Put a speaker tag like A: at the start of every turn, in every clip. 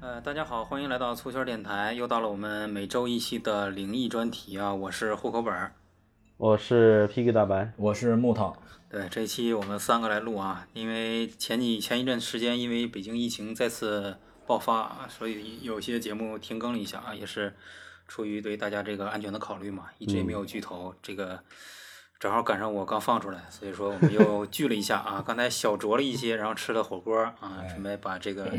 A: 呃，大家好，欢迎来到粗圈电台，又到了我们每周一期的灵异专题啊，我是户口本儿。
B: 我是 PK 大白，
C: 我是木头，
A: 对，这一期我们三个来录啊，因为前几前一阵时间，因为北京疫情再次爆发，啊所以有些节目停更了一下啊，也是出于对大家这个安全的考虑嘛，一直也没有剧透。这个正好赶上我刚放出来，所以说我们又聚了一下啊。刚才小酌了一些，然后吃了火锅啊，准备把这个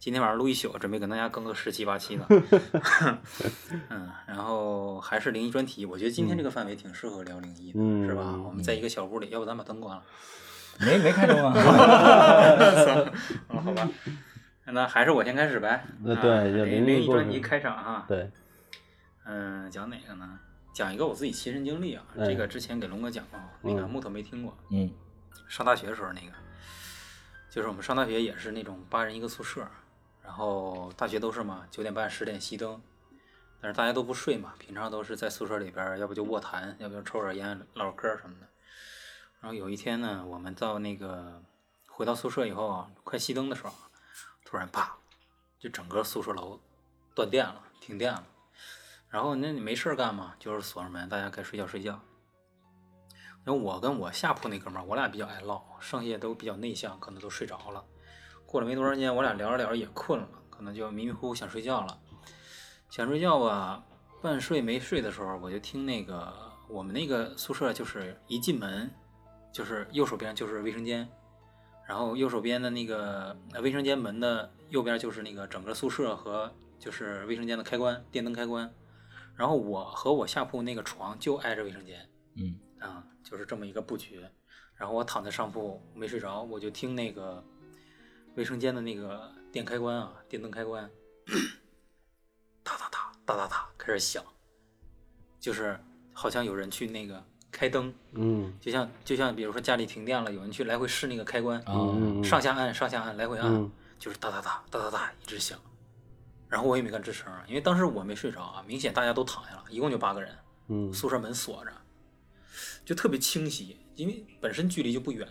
A: 今天晚上录一宿，准备跟大家更个十七八期呢。嗯，然后还是灵异专题，我觉得今天这个范围挺适合聊灵异的，
B: 嗯
A: 是吧？我们在一个小屋里，要不咱把灯关了。
C: 没没看中啊？
B: 嗯
A: 哦，好吧，那还是我先开始呗。
B: 那
A: 啊
B: 嗯对就
A: 灵
B: 灵异
A: 异
B: 故
A: 专
B: 事
A: 辑开场啊。
B: 对，
A: 嗯，讲哪个呢？讲一个我自己亲身经历啊，
B: 哎
A: 这个之前给龙哥讲过，那个
B: 嗯
A: 木头没听过。
C: 嗯，
A: 上大学的时候那个，就是我们上大学也是那种八人一个宿舍，然后大学都是嘛，九点半十点熄灯，但是大家都不睡嘛，平常都是在宿舍里边儿，要不就卧谈，要不就抽点烟唠嗑儿什么的。然后有一天呢，我们到那个回到宿舍以后啊，快熄灯的时候，突然啪，就整个宿舍楼断电了，停电了。然后那你没事儿干嘛？就是锁上门，大家该睡觉睡觉。因为我跟我下铺那哥们儿，我俩比较爱唠，剩下都比较内向，可能都睡着了。过了没多长时间，我俩聊着聊着也困了，可能就迷迷糊糊想睡觉了。想睡觉吧，半睡没睡的时候，我就听那个我们那个宿舍就是一进门，就是右手边就是卫生间，然后右手边的那个呃卫生间门的右边就是那个整个宿舍和就是卫生间的开关，电灯开关。然后我和我下铺那个床就挨着卫生间。
C: 嗯
A: 啊，就是这么一个布局。然后我躺在上铺没睡着，我就听那个卫生间的那个电开关啊，电灯开关，哒哒哒哒哒哒开始响，就是好像有人去那个开灯，
B: 嗯
A: 就像就像比如说家里停电了，有人去来回试那个开关，
C: 啊
B: 嗯嗯
A: 上下按上下按来回按，
B: 嗯
A: 就是哒哒哒哒哒哒一直响。然后我也没敢吱声，因为当时我没睡着啊，明显大家都躺下了，一共就八个人。
B: 嗯
A: 宿舍门锁着，就特别清晰，因为本身距离就不远，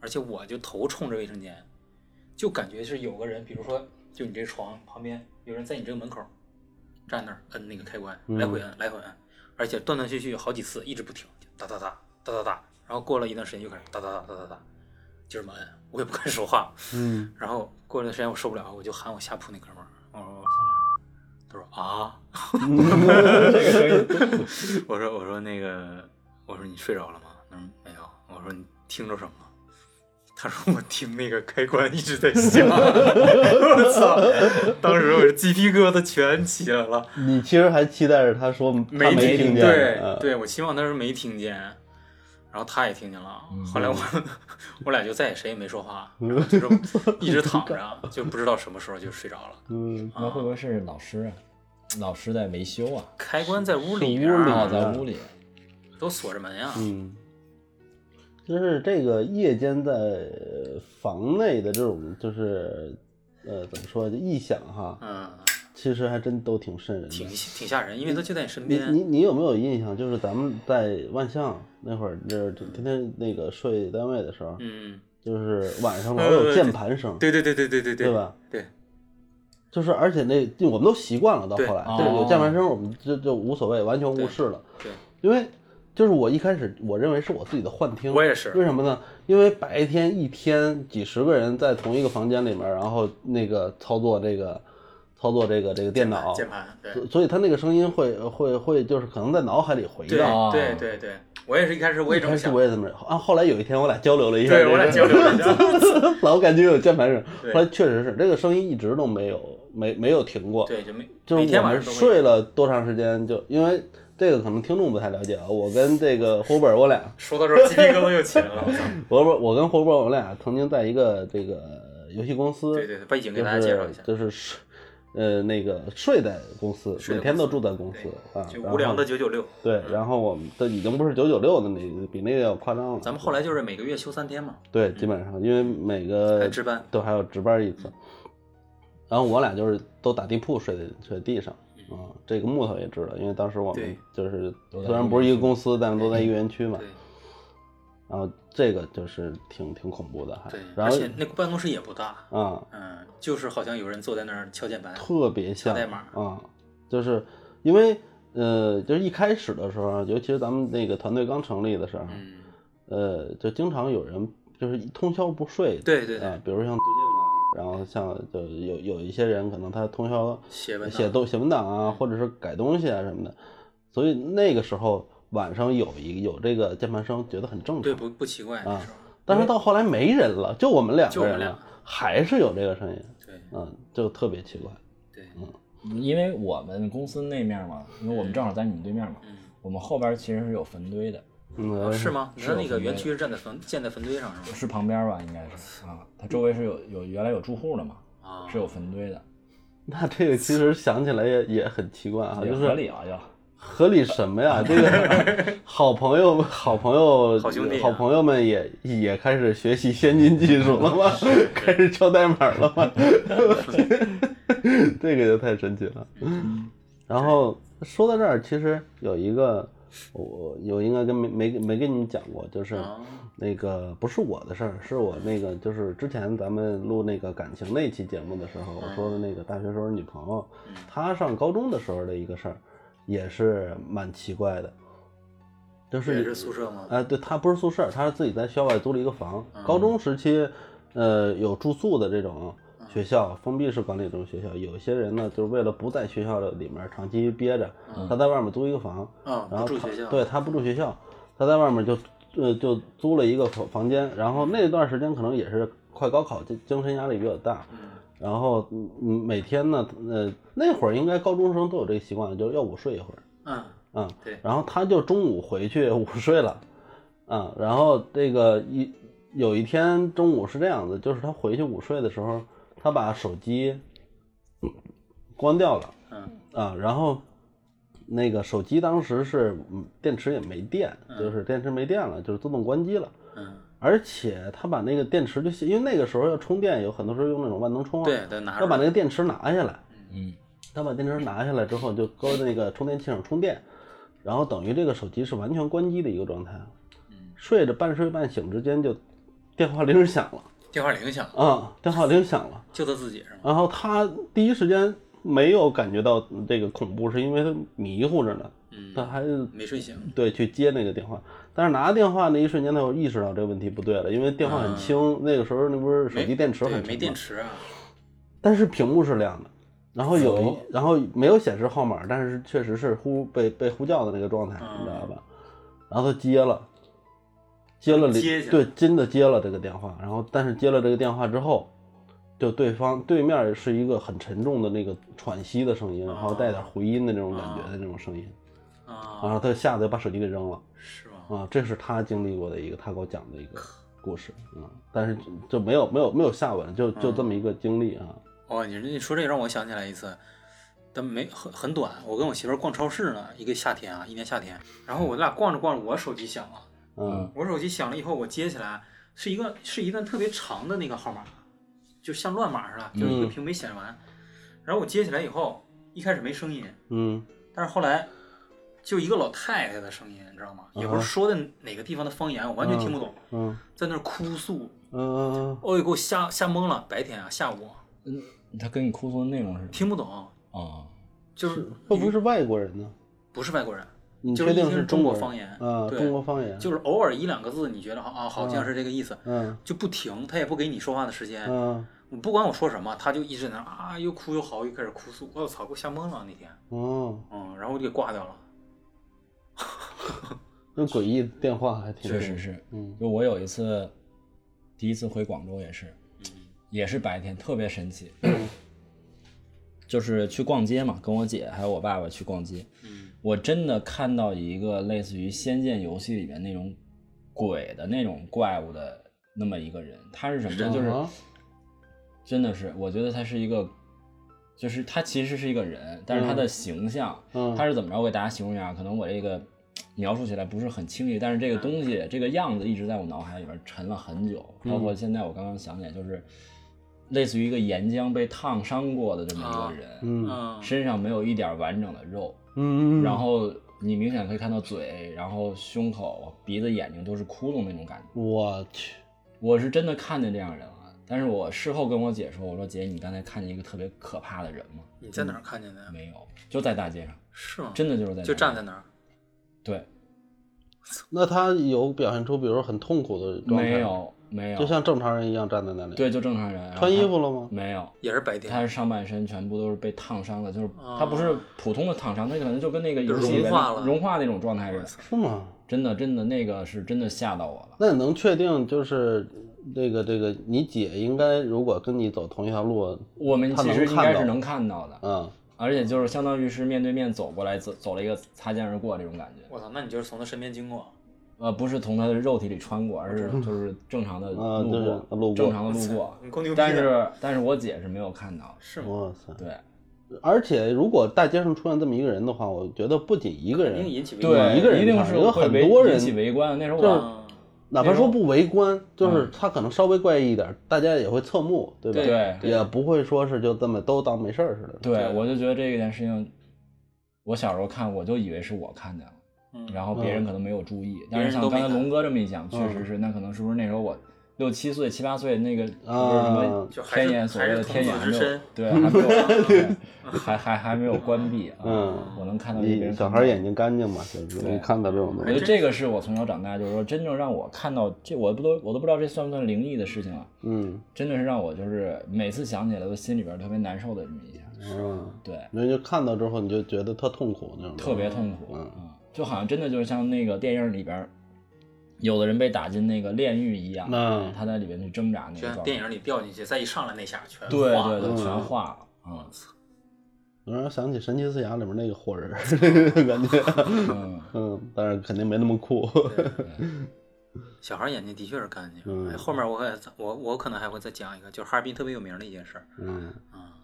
A: 而且我就头冲着卫生间，就感觉是有个人，比如说就你这床旁边有人在你这个门口站那儿摁那个开关，来回摁，来回摁，而且断断续续好几次，一直不停，就哒哒哒哒哒哒，然后过了一段时间就开始哒哒哒哒哒哒，就这么摁，我也不敢说话，
B: 嗯
A: 然后过一段时间我受不了，我就喊我下铺那哥们儿，我说我上来，他说啊。 我说我说那个，我说你睡着了吗？他说没有。我说你听着什么了？他说我听那个开关一直在响， 我操！当时我鸡皮疙瘩全起来了，
B: 你其实还期待着他说他没
A: 听
B: 听见，
A: 对、
B: 嗯
A: 对，我希望他是没听见，然后他也听见了。后来我 我俩就再也谁也没说话，
B: 嗯
A: 然后就是一直躺着，就不知道什么时候就睡着了。
B: 嗯
C: 那会不会是老师啊？老师在维修啊？
A: 开关在屋里
B: 屋
A: 边儿
C: 哦，
A: 啊，
B: 里
C: 在屋里。
A: 都锁着门呀、
B: 嗯，就是这个夜间在呃房内的这种就是呃怎么说就异响哈，
A: 嗯，
B: 其实还真都挺瘆人
A: 挺
B: 的。
A: 挺吓人，因为他就在你身
B: 你
A: 边。
B: 你你有没有印象？就是咱们在万象那会儿，就是天天那个睡单位的时候，
A: 嗯，
B: 就是晚上老
A: 呃
B: 有键盘声，
A: 对对对对对对对，
B: 对吧？
A: 对，
B: 就是，而且那就我们都习惯了，到
A: 对
B: 后来
C: 哦
B: 对有键盘声，我们就就无所谓，完全无视了。
A: 对，
B: 因为就是我一开始我认为是我自己的幻听，
A: 我也是
B: 为什么呢？因为白天一天几十个人在同一个房间里面，然后那个操作这个操作这个这个电脑，
A: 键盘，对
B: 所所以他那个声音会会会就是可能在脑海里回
A: 对
B: 荡。
C: 啊
A: 对对对，我也是一开始我也这
B: 一
A: 么
B: 开始
A: 想
B: 我，也这么啊，后来有一天我俩交流了一下，
A: 对我俩交流了一下，
B: 老感觉有键盘声，
A: 对
B: 后来确实是这个声音一直都没有没没有停过，
A: 对，就没
B: 就
A: 每
B: 是
A: 天
B: 我
A: 晚
B: 们
A: 上都会
B: 睡了多长时间就，因为这个可能听众不太了解啊。我跟 这个胡本儿，我俩，
A: 说到这儿鸡皮疙瘩又起 来了，我操！
B: 我不，我跟胡本儿，我俩曾经在一个这个游戏公司，
A: 对对对，背景
B: 就
A: 给大家
B: 是
A: 介绍一下，
B: 就是睡，呃，那个睡在公司，
A: 睡在
B: 每天
A: 公
B: 都
A: 司
B: 住在公司
A: 对
B: 啊，
A: 就
B: 然
A: 无聊
B: 后
A: 的九九六，
B: 对，然后我们都已经不是九九六的那，比那个要夸张了。
A: 咱们后来就是每个月休三天嘛，
B: 对，基本上因为每
A: 嗯还
B: 个
A: 值班，
B: 都还要值班一次。然后我俩就是都打地铺睡在睡地上啊，这个木头也知道，因为当时我
A: 嗯对
B: 们就是
C: 都在
B: 虽
C: 一
B: 然
C: 个
B: 不是一个公司，但是都在一个园区嘛
A: 对。
B: 然后这个就是挺挺恐怖的，还
A: 对，
B: 然
A: 而
B: 后
A: 且那个办公室也不大，
B: 啊、
A: 嗯，就是好像有人坐在那儿敲键盘，
B: 特别像
A: 代码
B: 啊，就是因为呃，就是一开始的时候，啊尤其是咱们那个团队刚成立的时候，
A: 嗯，
B: 呃，就经常有人就是通宵不睡的，
A: 对对对，
B: 啊，比如像最近啊，然后像就有有一些人可能他通宵
A: 写文档嗯
B: 写都写文档啊，或者是改东西啊什么的，所以那个时候晚上有一有这个键盘声，觉得很正
A: 对，
B: 常。
A: 不不奇
B: 啊
A: 怪那时候，
B: 但是到后来没人了，就我们两
A: 就
B: 个
A: 我们
B: 人了
A: 俩，
B: 还是有这个声音，
A: 对
B: 嗯，就特别奇怪。
A: 对，
D: 因为我们公司那面嘛，因为我们正好在你们对面嘛，
A: 嗯，
D: 我们后边其实是有坟堆的，
A: 哦
B: 嗯，
A: 是吗？你
D: 是
A: 的那
D: 有
A: 个
D: 坟
A: 园
D: 堆
A: 区是站在坟建在坟堆上是吗？
D: 是旁边吧，应该是啊，它周围是有有原来有住户的嘛，
A: 啊，
D: 是有坟堆的，
B: 那这个其实想起来也也很奇怪啊，
D: 也
B: 就是
D: 合理啊，要
B: 合理什么 呀？这个好朋友、好朋友、
A: 好兄弟啊
B: 好朋友们也也开始学习先进技术了吗？开始敲代码了吗？ 这个就太神奇了。
A: 嗯
B: 然后说到这儿，其实有一个我我有应该跟没没没跟你们讲过，就是
A: 啊，
B: 那个不是我的事儿，是我那个就是之前咱们录那个感情那期节目的时候，我说的那个大学时候女朋友，
A: 嗯
B: 她上高中的时候的一个事儿，也是蛮奇怪的，就
A: 这也
B: 是
A: 是宿舍吗？
B: 啊，对，她不是宿舍，她是自己在校外租了一个房。
A: 嗯
B: 高中时期，呃，有住宿的这种学校，封闭式管理这种学校，有些人呢，就是为了不在学校里面长期憋着，他在外面租一个房，
A: 啊，
B: 然
A: 嗯
B: 后
A: 不住
B: 他
A: 学校，
B: 对他不住学校，他在外面就呃就租了一个房房间，然后那段时间可能也是快高考，精精神压力比较大，然后嗯嗯每天呢呃那会儿应该高中生都有这个习惯，就是要午睡一会儿，
A: 嗯，
B: 嗯，
A: 对
B: 然后他就中午回去午睡了，嗯，然后这个一有一天中午是这样子，就是他回去午睡的时候，他把手机嗯关掉了。
A: 嗯
B: 啊，然后那个手机当时是嗯电池也没电，就是电池没电了，就是自动关机了。
A: 嗯，
B: 而且他把那个电池就卸，因为那个时候要充电，有很多时候用那种万能充啊，
A: 对，得拿
B: 要
A: 着
B: 把那个电池拿下来。
D: 嗯，
B: 他把电池拿下来之后，就搁那个充电器上充电，然后等于这个手机是完全关机的一个状态。
A: 嗯
B: 睡着半睡半醒之间，就电话铃儿响了
A: 电话铃响，
B: 啊、电话铃响了。
A: 就他自己是吗？
B: 然后他第一时间没有感觉到这个恐怖，是因为他迷糊着呢，
A: 嗯，
B: 他还
A: 没睡醒，
B: 对去接那个电话。但是拿电话那一瞬间，他就意识到这个问题不对了，因为电话很轻，那个时候那不是手机
A: 啊没
B: 电池很
A: 对，
B: 沉
A: 没
B: 吗
A: 电池啊，
B: 但是屏幕是亮的，然后有一、
D: 哦
B: 然后没有显示号码，但是确实是呼被被呼叫的那个状态，
A: 嗯
B: 你知道吧？然后他接了，接了
A: 接一下
B: 对，真的接了这个电话，然后但是接了这个电话之后，就对方对面是一个很沉重的那个喘息的声音，然后带点回音的那种感觉的那种声音，然
A: 啊，
B: 后他吓得把手机给扔了
A: 是吗？
B: 啊！这是他经历过的一个他给我讲的一个故事啊、嗯但是就没有没有没有下文，就
A: 嗯
B: 就这么一个经历啊。
A: 哦，你你说这让我想起来一次，但没很很短。我跟我媳妇儿逛超市呢，一个夏天啊，一年夏天。然后我俩逛着逛着，我手机响了，
B: 嗯
A: 我手机响了以后，我接起来是一个是一段特别长的那个号码，就像乱码似的，就是一个
B: 嗯
A: 屏没显完。然后我接起来以后，一开始没声音，
B: 嗯，
A: 但是后来就一个老太太的声音，你知道吗？也不
B: 啊
A: 是说的哪个地方的方言，我完全听不懂，
B: 嗯
A: 在那儿哭诉，
B: 嗯
A: 哦呦给我吓吓懵了。白天啊，下午
D: 他跟你哭诉的内容是什
A: 听不懂，
D: 么啊？
A: 就是
B: 会不会是外国人呢？
A: 不是外国人。
B: 你
A: 就
B: 确
A: 是
B: 定
A: 一听
B: 是
A: 中国
B: 国人
A: 方言
B: 啊？
A: 对
B: 中国方言
A: 就是偶尔一两个字，你觉得啊，好像是这个意思，
B: 嗯
A: 就不停，他也不给你说话的时间。
B: 嗯
A: 我不管我说什么，他就一直在那啊，又哭又嚎，又开始哭诉。我操，给我吓懵了那天，
B: 哦，
A: 嗯，然后我就给挂掉了。
B: 那诡异的电话还挺
D: 确实是，
B: 嗯
D: 就我有一次，第一次回广州也是，
A: 嗯
D: 也是白天，特别神奇，就是去逛街嘛，跟我姐还有我爸爸去逛街，
A: 嗯
D: 我真的看到一个类似于《仙剑》游戏里面那种鬼的那种怪物的那么一个人，他是什么呢？就是
B: 啊
D: 真的是，我觉得他是一个，就是他其实是一个人，但是他的形象，
B: 嗯
D: 他是怎么着？我给大家形容一下，啊可能我这个描述起来不是很清晰，但是这个东西、这个样子一直在我脑海里边沉了很久，包
B: 嗯
D: 括现在我刚刚想起来，就是类似于一个岩浆被烫伤过的这么一个人，
B: 嗯
A: 嗯
D: 身上没有一点完整的肉，
B: 嗯，
D: 然后你明显可以看到嘴，然后胸口、鼻子、眼睛都是窟窿那种感觉。
B: 我去，
D: 我是真的看见这样的人了，但是我事后跟我姐说，我说姐，你刚才看见一个特别可怕的人吗？
A: 你在哪儿看见的呀？
D: 没有，就在大街上，
A: 是吗？
D: 真的就是在
A: 就
D: 大
A: 站在
D: 街上
A: 那儿，
D: 对，
B: 那他有表现出比如说很痛苦的状态，
D: 没，有没有，
B: 就像正常人一样站在那里，，
D: 对就正常人，然后
B: 穿衣
D: 他
B: 服了吗？
D: 没有，
A: 也是白
D: 他
A: 天，
D: 是上半身全部都是被烫伤的，就是他不是普通的烫伤，他可能就跟那个游戏里
A: 啊融
D: 面
A: 化了
D: 融化那种状态似的。
B: 是吗？
D: 真的，真的，那个是真的吓到我了。
B: 那你能确定就是这个这个你姐应该如果跟你走同一条路，
D: 我们
B: 他
D: 其
B: 能
D: 实应
B: 看
D: 该
B: 到
D: 是能看到的，
B: 嗯，
D: 而且就是相当于是面对面走过来，走走了一个擦肩而过这种感觉。
A: 我操，那你就是从他身边经过，
D: 呃，不是从他的肉体里穿过，而是就是正常的
B: 嗯啊
D: 路
B: 就是
D: 过，
B: 路过
D: 正常的路 过
A: 你够牛。逼的啊
D: 但是但是我姐是没有看到的，
A: 是吗？
B: 哇塞！
D: 对
B: 而且如果大街上出现这么一个人的话，我觉得不仅一个
A: 肯定
B: 人，
A: 引起
D: 对，
B: 一个人
D: 一定
B: 看
D: 是
B: 有
D: 会
B: 很
D: 围
B: 多
D: 引
B: 人
D: 起围观。那时候
B: 就是
A: 嗯
D: 我
B: 哪怕说不围观，
D: 嗯
B: 就是他可能稍微怪异一点，大家也会侧目，对吧？
D: 对
B: 也不会说是就这么都当没事儿似的。
D: 对
A: 对
D: 我就觉得这件事情，我小时候看我就以为是我看见了。
A: 嗯，
D: 然后别人可能没有注意。但
A: 别人
D: 是像
A: 都没
D: 刚才
A: 看
D: 龙哥这么一
B: 嗯
D: 讲，确实是，那可能是不是那时候我六七岁、七八岁那个就是什么
B: 啊
A: 就还是
D: 天眼所谓的天眼
A: 还
D: 还
A: 是童子之
D: 没有
A: 身
D: 对，还没有对 还还还没有关闭啊，
B: 嗯
D: 我能看到这别
B: 你
D: 人
B: 小
D: 看
B: 孩
D: 到哎
B: 眼。睛干净嘛，就是容易看到这种东
D: 我觉
B: 西。
D: 得这个是我从小长大，就是说真正让我看到这，我不都我都不知道这算不算灵异的事情啊，
B: 嗯
D: 真的是让我就是每次想起来都心里边特别难受的这么一下，
B: 嗯，
D: 对，
B: 人就看到之后你就觉得特痛苦那种。
D: 特别痛苦，嗯，就好像真的就是像那个电影里边儿，有的人被打进那个炼狱一样，
B: 嗯
D: 他在里面去挣扎那
A: 就
D: 个
A: 像
D: 状
A: 电
D: 态，
A: 影里掉进去，再一上来那下全
D: 对
A: 化
D: 对
A: 了
D: 对，全化了，嗯
B: 我让人想起《神奇四侠》里面那个火人儿 感觉，
D: 嗯，
B: 嗯，但是肯定没那么酷。
A: 小孩眼睛的确是干净。
B: 嗯
A: 哎，后面我可我我可能还会再讲一个，就是哈尔滨特别有名的一件事儿。
B: 嗯，
A: 啊，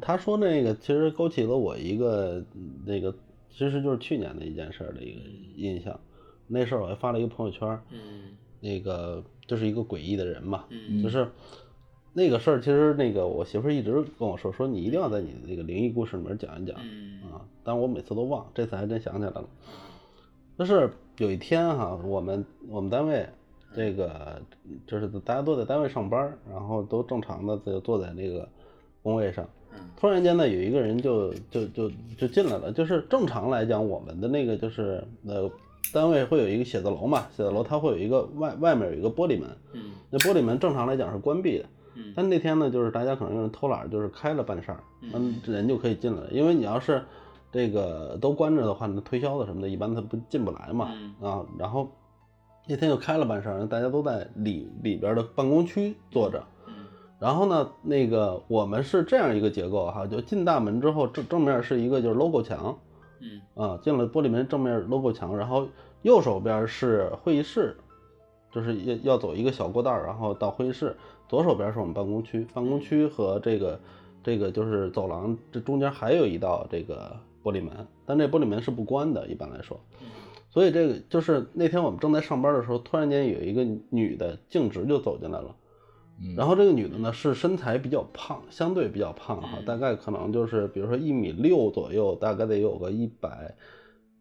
B: 他说那个其实勾起了我一个嗯那个，其实就是去年的一件事儿的一个印象。那时候我还发了一个朋友圈儿，
A: 嗯
B: 那个就是一个诡异的人嘛，
A: 嗯
B: 就是那个事儿，其实那个我媳妇儿一直跟我说，说你一定要在你的这个灵异故事里面讲一讲
A: 嗯
B: 啊，但我每次都忘，这次还真想起来了。就是有一天哈、我们我们单
A: 嗯
B: 位这个就是大家都在单位上班儿，然后都正常的就坐在那个工位上，
A: 嗯
B: 突然间呢，有一个人就就就就进来了。就是正常来讲，我们的那个就是呃，单位会有一个写字楼嘛，写字楼它会有一个外外面有一个玻璃门，
A: 嗯
B: 那玻璃门正常来讲是关闭的。
A: 嗯
B: 但那天呢，就是大家可能有人偷懒儿，就是开了半扇儿，嗯，人就可以进来了。因为你要是这个都关着的话，那推销的什么的，一般他不进不来嘛
A: 嗯，
B: 啊，然后那天就开了半扇儿，大家都在里里边的办公区坐着。
A: 嗯
B: 然后呢，那个我们是这样一个结构哈，就进大门之后正正面是一个就是 logo 墙
A: 嗯
B: 啊，进了玻璃门正面 logo 墙，然后右手边是会议室，就是要要走一个小过道，然后到会议室，左手边是我们办公区，办公区和这个这个就是走廊这中间还有一道这个玻璃门，但这玻璃门是不关的，一般来说，所以这个就是那天我们正在上班的时候，突然间有一个女的径直就走进来了。
D: 嗯
B: 然后这个女的呢是身材比较胖，相对比较胖哈
A: 嗯，
B: 大概可能就是比如说一米六左右，大概得有个一百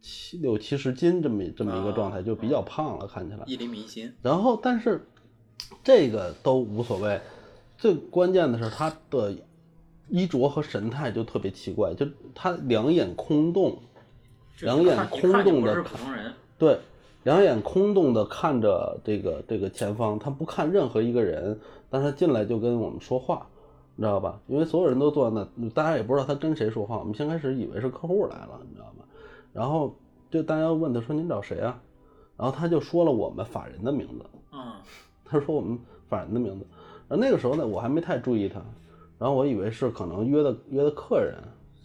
B: 七六七十斤这么一这么一个状态，
A: 啊
B: 就比较胖了，看起来
A: 嗯，。一厘米一斤，
B: 然后但是这个都无所谓，最关键的是她的衣着和神态就特别奇怪，就她两眼空洞，
A: 就
B: 两眼
A: 一看一看就
B: 空洞的
A: 不是普通人。
B: 对，两眼空洞的看着这个这个前方，他不看任何一个人，但是他进来就跟我们说话，你知道吧？因为所有人都坐在那，大家也不知道他跟谁说话。我们先开始以为是客户来了，你知道吗？然后就大家问他说：“您找谁啊？”然后他就说了我们法人的名字，
A: 嗯
B: 他说我们法人的名字。然后那个时候呢，我还没太注意他，然后我以为是可能约的约的客人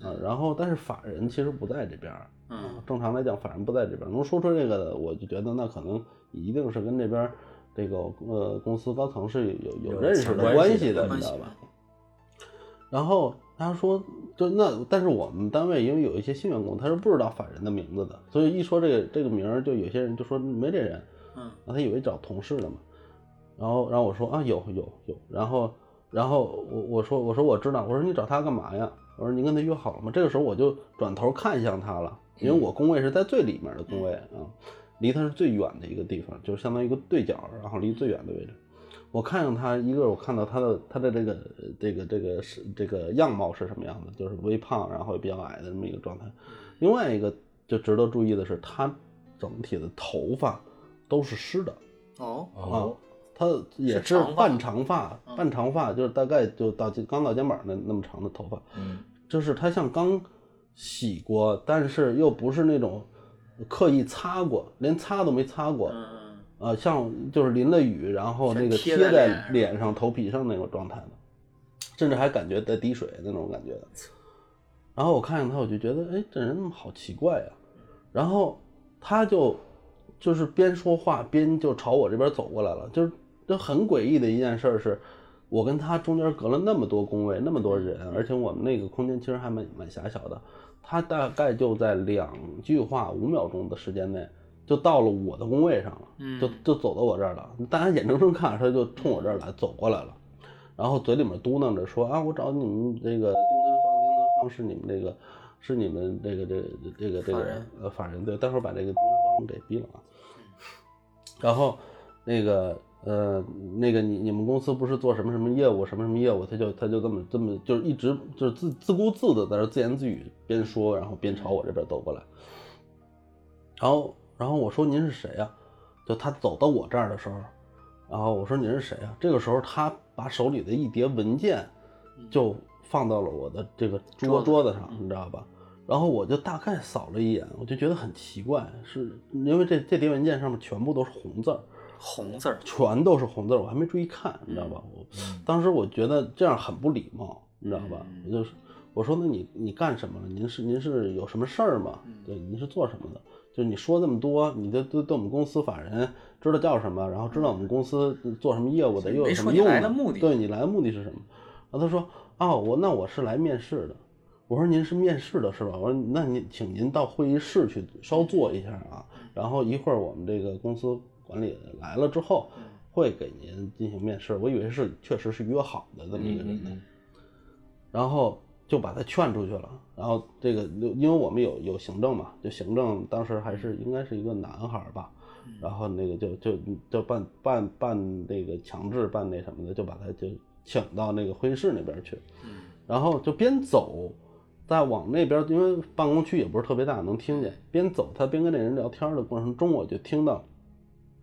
B: 啊，然后但是法人其实不在这边儿。
A: 嗯
B: 啊正常来讲，法人不在这边儿，能说出这个的，我就觉得那可能一定是跟这边儿这个呃公司高层是有有
D: 有
B: 认识
D: 强
B: 的
D: 关系
B: 系
A: 的
B: 的，
A: 关
B: 你
A: 系
B: 知道
A: 的
B: 吧？然后他说，就那但是我们单位因为有一些新员工，他是不知道法人的名字的，所以一说这个这个名儿，就有些人就说没这人，
A: 嗯
B: 然后他以为找同事了嘛，然后然后我说啊有有有，然后然后我我说我说我知道，我说你找他干嘛呀？我说你跟他约好了吗？这个时候我就转头看向他了，因为我工位是在最里面的工位啊，离它是最远的一个地方，就是相当于一个对角，然后离最远的位置。我看上它一个，我看到它的它的这个这个这个是这个样貌是什么样的，就是微胖，然后比较矮的这么一个状态。另外一个就值得注意的是，它整体的头发都是湿的
A: 哦，
B: 啊，它也
A: 是
B: 是
A: 长发
B: 半长发，
A: 嗯
B: 半长发就是大概就到肩刚到肩膀那那么长的头发，
C: 嗯
B: 就是它像刚洗过，但是又不是那种刻意擦过，连擦都没擦过，
A: 嗯，
B: 呃，像就是淋了雨，然后
A: 全
B: 那个
A: 贴
B: 贴
A: 在
B: 在
A: 脸
B: 脸上、头皮上那种状态的，甚至还感觉在滴水那种感觉的。然后我看见他，我就觉得，哎，这人怎么好奇怪啊？然后他就就是边说话边就朝我这边走过来了，就是这很诡异的一件事儿是，我跟他中间隔了那么多工位，那么多人，而且我们那个空间其实还蛮蛮狭小的，他大概就在两句话五秒钟的时间内就到了我的工位上了。
A: 嗯
B: 就就走到我这儿了，大家眼睁睁看着他就冲我这儿来走过来了，然后嘴里面嘟囔着说啊，我找你们这个丁敦芳，丁敦芳是你们这个，是你们这个这个这个这
A: 法
B: 个
A: 人
B: 呃法人对，待会儿把这个丁敦芳给毙了啊。然后那个呃那个你你们公司不是做什么什么业务什么什么业务，他就他就这么这么就是一直就是自自顾自的在这自言自语边说，然后边朝我这边走过来，然后然后我说您是谁呀、啊就他走到我这儿的时候，然后我说您是谁啊？这个时候他把手里的一叠文件
A: 嗯
B: 就放到了我的这个桌
A: 桌
B: 桌子上，嗯你知道吧？然后我就大概扫了一眼，我就觉得很奇怪，是因为这这叠文件上面全部都是红字儿，
A: 红字儿，
B: 全都是红字儿，我还没注意看，你知道吧？我
A: 嗯
D: 嗯
B: 当时我觉得这样很不礼貌，你知道吧？我就是我说那你你干什么了？您是您是有什么事儿吗？
A: 嗯
B: 对，您是做什么的？就是你说这么多，你就对对我们公司法人知道叫什么，然后知道我们公司做什么业务
A: 嗯
B: 的，
A: 没
B: 又有什么
A: 说你
B: 用
A: 来
B: 呢
A: 的目的
B: 对你来的目的是什么？然后他说哦，我那我是来面试的。我说您是面试的是吧？我说那您请您到会议室去稍坐一下啊，然后一会儿我们这个公司管理来了之后
A: 嗯，
B: 会给您进行面试。我以为是确实是约好的这么
D: 嗯
B: 一个人呢，然后就把他劝出去了。然后这个因为我们有有行政嘛，就行政当时还是应该是一个男孩儿吧，然后那个就就就办办办那个强制办那什么的，就把他就请到那个会议室那边去，
A: 嗯
B: 然后就边走，再往那边，因为办公区也不是特别大，能听见。边走他边跟那人聊天的过程中，我就听到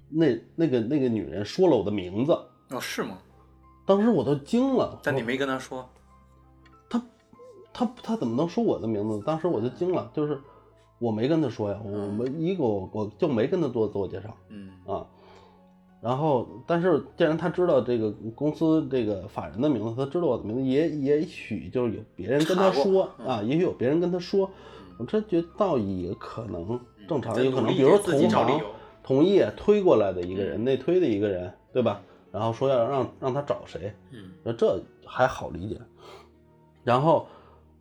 B: 那那个那个女人说了我的名字，
A: 哦是吗？
B: 当时我都惊了。
A: 但你
B: 我
A: 没跟他说，
B: 他他怎么能说我的名字？当时我就惊了，就是我没跟他说呀，我没一个我我就没跟他做自我介绍。
A: 嗯
B: 啊。然后，但是既然他知道这个公司这个法人的名字，他知道我的名字，也也许就是有别人跟他
A: 查过
B: 说
A: 嗯
B: 啊，也许有别人跟他说，我这觉得倒也可能
A: 嗯
B: 正常，有可能，比如说
A: 自己
B: 同
A: 找理
B: 行
A: 由，嗯
B: 同业推过来的一个人，内推的一个人，对吧？然后说要让让他找谁，
A: 嗯
B: 那这还好理解。然后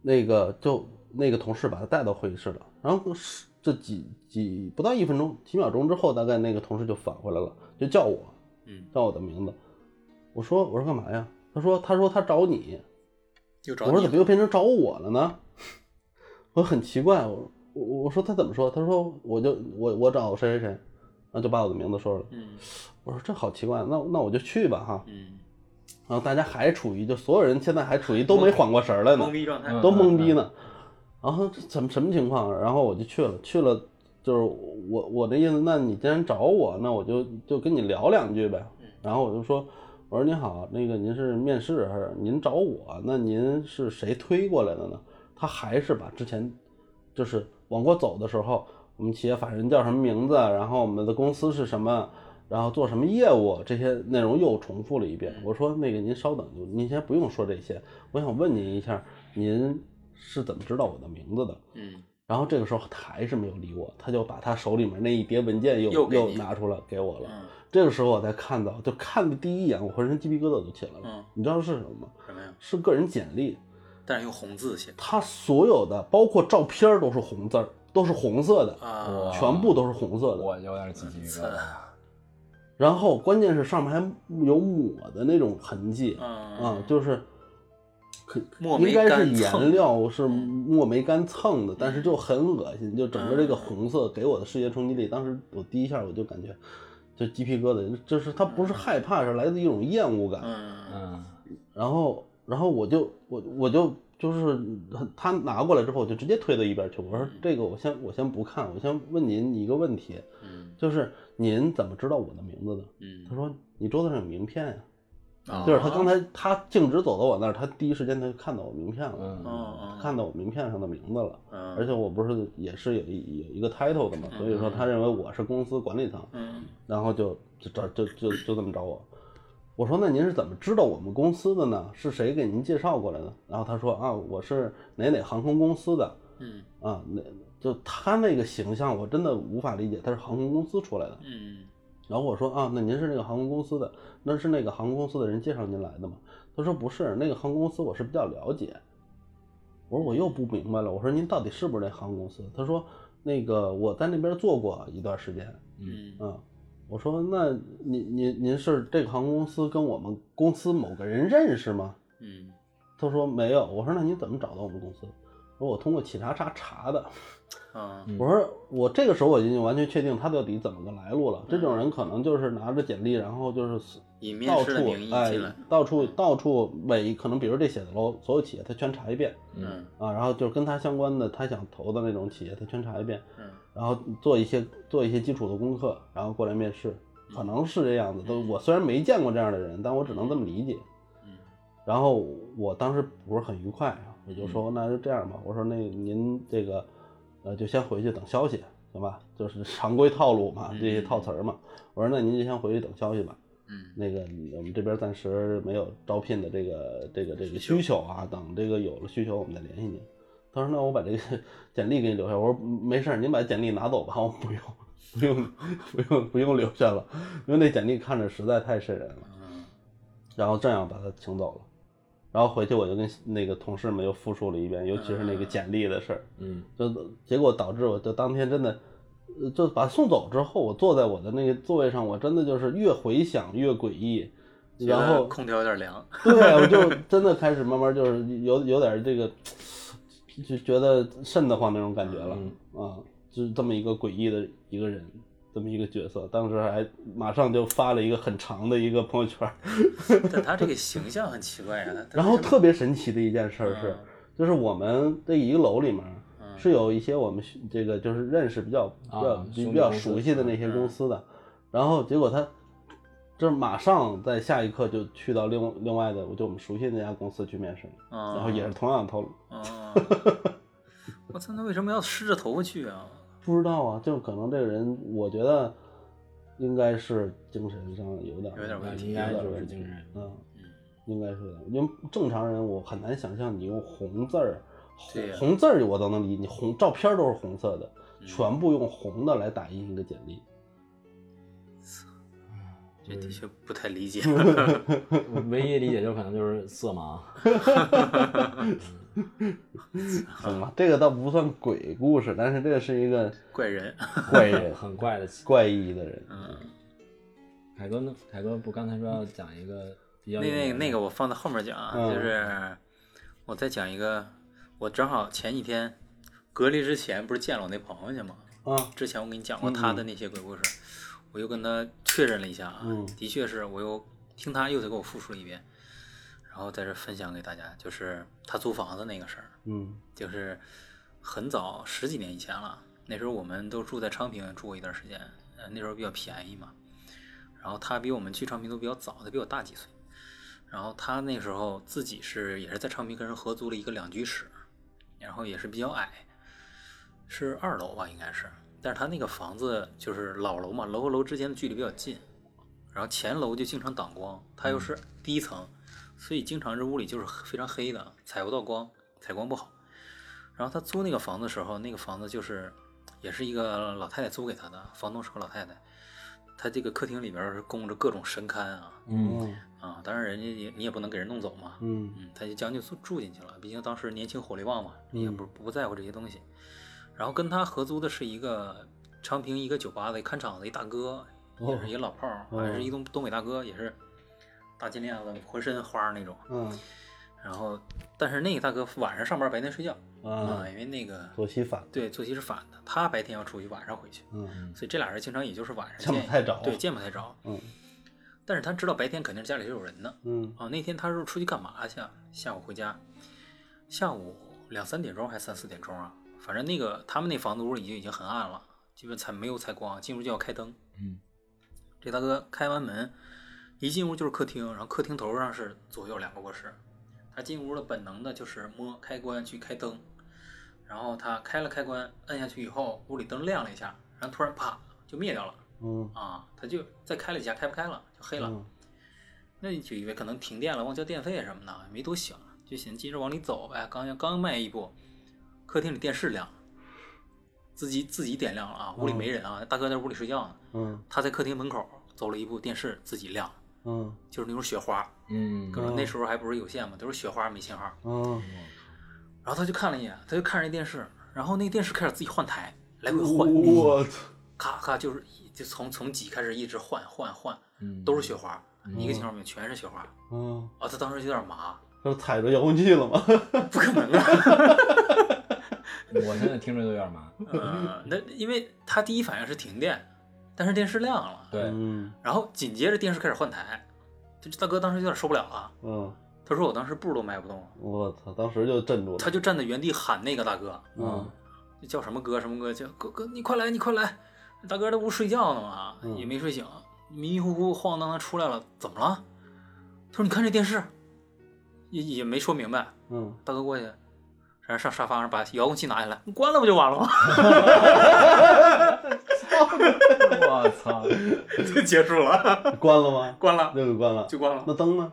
B: 那个就那个同事把他带到会议室了，然后是这几几不到一分钟几秒钟之后，大概那个同事就返回来了，就叫我
A: 嗯，
B: 叫我的名字。我说我说干嘛呀？他说他说他找你。
A: 又找
B: 我说
A: 你
B: 怎么又变成找我了呢？我很奇怪，我我我说他怎么说？他说我就我我找谁谁谁，然后就把我的名字说了。
A: 嗯
B: 我说这好奇怪，那那我就去吧哈。
A: 嗯，
B: 然后大家还处于就所有人现在还处于都没缓过神儿来呢，
A: 懵逼状态，
C: 嗯
B: 都懵逼呢。然后这怎么什么情况啊？然后我就去了，去了就是我我的意思，那你既然找我，那我就就跟你聊两句呗。
A: 嗯
B: 然后我就说，我说您好，那个您是面试还是您找我？那您是谁推过来的呢？他还是把之前就是往过走的时候，我们企业法人叫什么名字，啊然后我们的公司是什么，然后做什么业务这些内容又重复了一遍。我说那个您稍等，您先不用说这些，我想问您一下，您是怎么知道我的名字的？
A: 嗯
B: 然后这个时候他还是没有理我，他就把他手里面那一叠文件又
A: 又给你
B: 拿出来给我了。
A: 嗯
B: 这个时候我才看到，就看的第一眼，我浑身鸡皮疙瘩都起来了。
A: 嗯，
B: 你知道是什么吗？
A: 什么呀？
B: 是个人简历，
A: 但是用红字写
B: 他所有的包括照片儿都是红字儿，都是红色的，
A: 啊
C: 我，
B: 全部都是红
D: 嗯
B: 色的。
C: 我有点鸡皮疙瘩。
B: 然后关键是上面还有抹的那种痕迹，
A: 嗯
B: 啊，就是可
A: 墨梅
B: 应该是
A: 干蹭嗯
B: 颜料是墨梅干蹭的，但是就很恶心，就整个这个
A: 嗯
B: 红色给我的视觉冲击力，当时我第一下我就感觉就鸡皮疙瘩，就是它不是害怕，是来自一种厌恶感。
A: 嗯
C: 嗯，
B: 然后然后我就我我就就是他他拿过来之后，我就直接推到一边去。我说这个我先我先不看，我先问您一个问题，
A: 嗯
B: 就是您怎么知道我的名字的？
A: 嗯，
B: 他说你桌子上有名片呀、
A: 啊
B: 就是他刚才他径直走到我那儿，他第一时间他就看到我名片了，
C: 嗯
A: 嗯嗯
B: 看到我名片上的名字了。
A: 嗯，
B: 而且我不是也是有一有一个 title 的嘛，所以说他认为我是公司管理层，
A: 嗯
B: 然后就就找就就就这么找我。我说那您是怎么知道我们公司的呢？是谁给您介绍过来的？然后他说啊，我是哪哪航空公司的
A: 嗯
B: 啊，那就他那个形象我真的无法理解，他是航空公司出来的。
A: 嗯
B: 然后我说啊，那您是那个航空公司的，那是那个航空公司的人介绍您来的吗？他说不是，那个航空公司我是比较了解。我说我又不明白了，我说您到底是不是那航空公司？他说那个我在那边做过一段时间，
A: 嗯
B: 啊，我说那您您您是这个航空公司跟我们公司某个人认识吗？
A: 嗯，
B: 他说没有。我说那你怎么找到我们公司？我说我通过企查查查的。
A: 啊
C: 嗯
B: 我说我这个时候我已经完全确定他到底怎么个来路了。这种人可能就是拿着简历，然后就是
A: 以面
B: 到
A: 试的
B: 处
A: 名义
B: 哎
A: 进来，，
B: 到处到处每可能比如这写字楼所有企业他全查一遍
A: 嗯
B: 啊，然后就是跟他相关的他想投的那种企业他全查一遍，
A: 嗯
B: 然后做一些做一些基础的功课，然后过来面试，可能是这样子。都我虽然没见过这样的人，但我只能这么理解。
A: 嗯
B: 然后我当时不是很愉快啊，我就说那就这样吧，我说那您这个呃就先回去等消息，行吧？就是常规套路嘛，
A: 嗯
B: 这些套词儿嘛。我说那您就先回去等消息吧。
A: 嗯
B: 那个我们这边暂时没有招聘的这个这个这个需求啊，等这个有了需求我们再联系您。他说那我把这个 简历给你留下。我说嗯没事儿，您把简历拿走吧，我不用不用 不用不用留下了，因为那简历看着实在太瘆人了。
A: 嗯
B: 然后这样把他请走了。然后回去我就跟那个同事们又复述了一遍，尤其是那个简历的事儿，
C: 嗯
B: 就结果导致我就当天真的，呃就把他送走之后，我坐在我的那个座位上，我真的就是越回想越诡异，
A: 觉得
B: 然后
A: 空调有点 凉，
B: 对，我就真的开始慢慢就是有有点这个，就觉得瘆得慌那种感觉了、
A: 嗯
B: 啊，就是这么一个诡异的一个人，这么一个角色，当时还马上就发了一个很长的一个朋友圈儿，
A: 但他这个形象很奇怪呀、啊。
B: 然后特别神奇的一件事儿是，
C: 嗯
B: 就是我们这一个楼里面
A: 嗯
B: 是有一些我们学这个就是认识比较比较、
C: 啊兄弟嗯
B: 比较
C: 公司
B: 熟悉的那些公司的，然后结果他这马上在下一刻就去到另另外的，我就我们熟悉的那家公司去面试，
C: 啊
A: 嗯
B: 然后也是同样的套路，
A: 啊，我操，那为什么要湿着头发去啊？
B: 不知道啊，就可能这个人，我觉得应该是精神上有点
A: 有点问
C: 那
A: 题
C: 应该就是精神，
B: 嗯，
A: 嗯
B: 应该是的，因为正常人我很难想象你用红字儿，红
A: 对呀嗯
B: 红字儿我都能理解，你红照片儿都是红色的，全部用红的来打印一个简历。
A: 这
B: 嗯
A: 的确不太理 解。
C: 我唯一理解就可能就是色 盲，，
A: 啊
B: 行吧，这个倒不算鬼故事，但是这是 一个
A: 怪人，
B: 怪人
C: 很怪的。
B: 怪异的人。
A: 嗯，
C: 凯哥呢？凯哥不刚才说要讲一个比较
A: 那那那个我放到后面讲啊，
B: 嗯
A: 就是我再讲一个，我正好前几天隔离之前不是见了我那朋友去吗？
B: 啊，
A: 之前我给你讲过他的那些鬼故事，我又跟他确认了一下啊，
B: 嗯
A: 的确是我又听他又再给我复述了一遍，然后在这分享给大家，就是他租房子那个事儿，
B: 嗯
A: 就是很早十几年以前了，那时候我们都住在昌平，住过一段时间，呃，那时候比较便宜嘛。然后他比我们去昌平都比较早，他比我大几岁。然后他那时候自己是也是在昌平跟人合租了一个两居室，然后也是比较矮，是二楼吧应该是，但是他那个房子就是老楼嘛，楼和楼之间的距离比较近，然后前楼就经常挡光，它又是低层，所以经常这屋里就是非常黑的，采不到光，采光不好。然后他租那个房子的时候，那个房子就是也是一个老太太租给他的，房东是个老太太，他这个客厅里边是供着各种神龛啊
C: 嗯
B: 嗯
A: 啊，当然人家也你也不能给人弄走嘛，
B: 嗯
A: 嗯，他就将就住住进去了，毕竟当时年轻火力旺嘛，也
B: 嗯
A: 不不在乎这些东西。然后跟他合租的是一个昌平一个酒吧的看场子一大哥，也是一老炮儿，
B: 哦
A: 还是一东东北大哥，也是大金链子，浑身花儿那种。
B: 嗯
A: 然后但是那个大哥晚上上班，白天睡觉
B: 啊，
A: 因为那个
B: 作息反，
A: 对作息是反的，他白天要出去，晚上回去，
B: 嗯，
A: 所以这俩人经常也就是晚上
B: 见不
A: 一
B: 太着
A: 对，见不太着。
B: 嗯
A: 但是他知道白天肯定是家里是有人的
B: 嗯
A: 啊。那天他是出去干嘛去啊？下午回家，下午两三点钟还三四点钟啊，反正那个他们那房子屋里就已经很暗了，基本才没有采光，进屋就要开灯。
C: 嗯，
A: 这大哥开完门，一进屋就是客厅，然后客厅头上是左右两个卧室。他进屋的本能的就是摸开关去开灯，然后他开了开关，摁下去以后，屋里灯亮了一下，然后突然啪就灭掉了
B: 嗯
A: 啊！他就再开了一下，开不开了就黑了。
B: 嗯
A: 那你就以为可能停电了，忘交电费什么的，没多想，就寻思接着往里走呗。刚要刚迈一步，客厅里电视亮了，自己自己点亮了啊，屋里没人啊，大哥在屋里睡觉呢。
B: 嗯
A: 他在客厅门口走了一步，电视自己亮了，
B: 嗯
A: 就是那种雪花，
C: 嗯
A: 可能
B: 嗯
A: 那时候还不是有线嘛，都是雪花没信号。
B: 嗯，
A: 然后他就看了一眼，他就看着那电视，然后那电视开始自己换台，来回嗯换，
B: 我操，
A: 咔咔就是一就从从几开始一直换换换，
C: 嗯
A: 都是雪花，一个信号没有，全是雪花。
B: 嗯，
A: 啊，他当时就有点麻，
B: 都踩着遥控器了吗？
A: 不可能啊！
C: 嗯我现在听着都有点麻。
A: 嗯，那因为他第一反应是停电，但是电视亮了，
C: 对，
B: 嗯
A: 然后紧接着电视开始换台，这大哥当时有点受不了了，
B: 嗯，
A: 他说我当时步都迈不动了，
B: 我操，当时就镇住了
A: 他，就站在原地喊那个大哥，
B: 嗯
A: 就叫什么哥什么哥，叫哥哥你快来你快来，大哥这不睡觉呢吗？
B: 嗯
A: 也没睡醒，迷迷糊糊晃荡荡出来了，怎么了？他说你看这电视，也也没说明白，
B: 嗯，
A: 大哥过去，然后上沙发上把遥控器拿下来，你关了不就完了吗？
C: 我操！
A: 就结束了，
B: 关了吗？
A: 关了
B: 那个关了，
A: 就关了，
B: 那灯呢？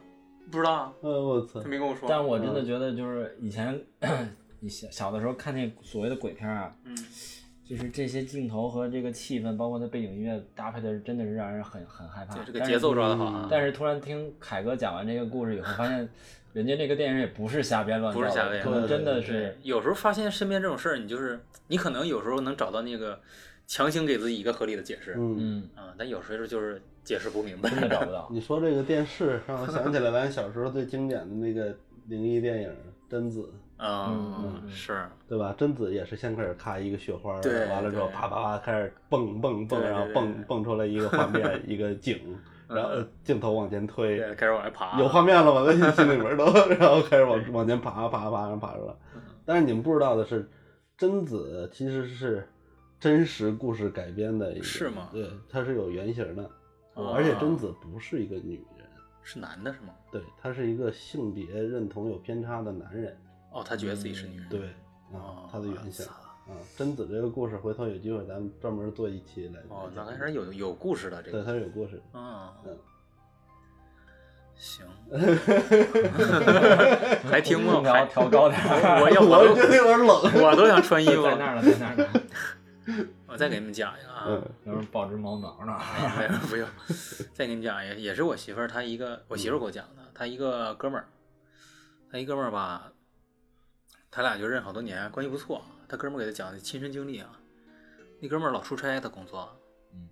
A: 不知道啊，
B: 嗯，我操
A: 他，没跟我 说。
C: 但我真的觉得，就是以前 你小小的时候看那所谓的鬼片啊，
A: 嗯，
C: 就是这些镜头和这个气氛，包括它背景音乐搭配的，真的是让人很很害怕
A: 对。这个
C: 但是
A: 节奏抓得好啊，
C: 但是突然听凯哥讲完这个故事以后，发现人家这个电影也不是瞎编乱造的，
A: 不是瞎编
C: 可能真的是
A: 对，有时候发现身边这种事儿，你就是你可能有时候能找到那个强行给自己一个合理的解释，
B: 嗯。
C: 嗯，
A: 嗯，但有时候就是解释不明白。
C: 真的找不 到。
B: 你说这个电视让我想起来咱小时候最经典的那个灵异电影《贞子》，
A: 嗯
C: 嗯，嗯
A: 是，
B: 对吧？贞子也是先开始咔一个雪花，
A: 对
B: 完了之后
A: 对
B: 啪啪啪开始蹦蹦
A: 对
B: 蹦，
A: 对
B: 然后
A: 对
B: 蹦
A: 对
B: 蹦出来一个画面，一个 景，然后呃镜头往前推，
A: 对，开始往外爬，
B: 有画面了吗？在心里边都，然后开始往往前爬爬爬，然后爬出来。
A: 嗯
B: 但是你们不知道的是，贞子其实是真实故事改编的一个，
A: 是吗
B: 对，它是有原型的，
A: 哦
B: 而且贞子不是一个女人。
A: 是男的是吗？
B: 对，他是一个性别认同有偏差的男人。
A: 哦，他觉得自己是女人，
B: 对，啊
A: 哦，
B: 他的原型
A: 操
B: 啊，贞子这个故事，回头有机会咱们专门做一期来。
A: 哦
B: 来，
A: 那
B: 讲
A: 还是有有故事的这
B: 对，
A: 个，
B: 他是有故事的。
A: 嗯
B: 嗯，
A: 行，还听吗？
C: 空调
A: 还
C: 调高点儿
A: 我 要
B: 我
A: 我
B: 觉得有点冷。
A: 都我都想穿衣服
C: 在那儿
A: 了。
C: 呢，在那儿呢，
A: 我再给你们讲一个啊，
B: 嗯
C: 要是抱只猫挠 呢。
A: 没有不用，再给你讲也也是我媳妇儿，她一个我媳妇儿给我讲的，她一个哥们儿，她一哥们儿吧，他俩就认识好多年，关系不错。他哥们儿给他讲的亲身经历啊，那哥们儿老出差，他工作，
C: 嗯，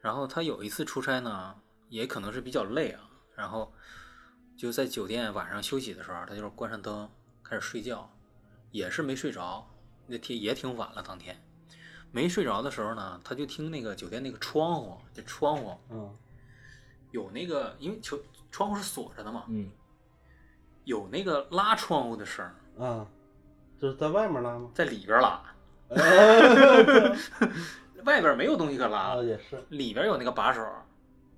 A: 然后他有一次出差呢，也可能是比较累啊，然后就在酒店晚上休息的时候，他就是关上灯开始睡觉，也是没睡着，那天也挺晚了，当天。没睡着的时候呢，他就听那个酒店那个窗户，这窗户
B: 嗯
A: 有那个，因为球窗户是锁着的嘛，
C: 嗯，
A: 有那个拉窗户的声儿，
B: 啊，就是在外面拉吗？
A: 在里边儿拉，外边儿没有东西可拉
B: 啊，
A: 了，
B: 也是。
A: 里边儿有那个把手，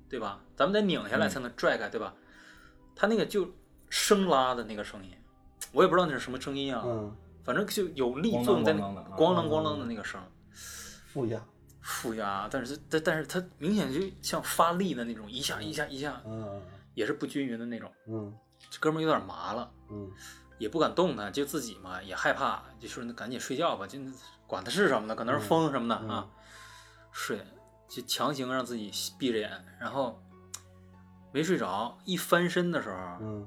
A: 对吧？咱们得拧下来
B: 嗯
A: 才能拽开，对吧？他那个就生拉的那个声音，我也不知道那是什么声音啊，
B: 嗯，
A: 反正就有力作用在那
C: 咣当咣
A: 咣啷
B: 当的啊
A: 咣啷的那个声儿，
B: 负压。
A: 负压，但是但但是它明显就像发力的那种，一下一下一下，
B: 嗯
A: 也是不均匀的那种。
B: 嗯
A: 这哥们儿有点麻了，
B: 嗯
A: 也不敢动弹，就自己嘛也害怕，就说那赶紧睡觉吧，就管他是什么呢，可能是风什么的、
B: 嗯
A: 啊，睡就强行让自己闭着眼，然后没睡着，一翻身的时候、
B: 嗯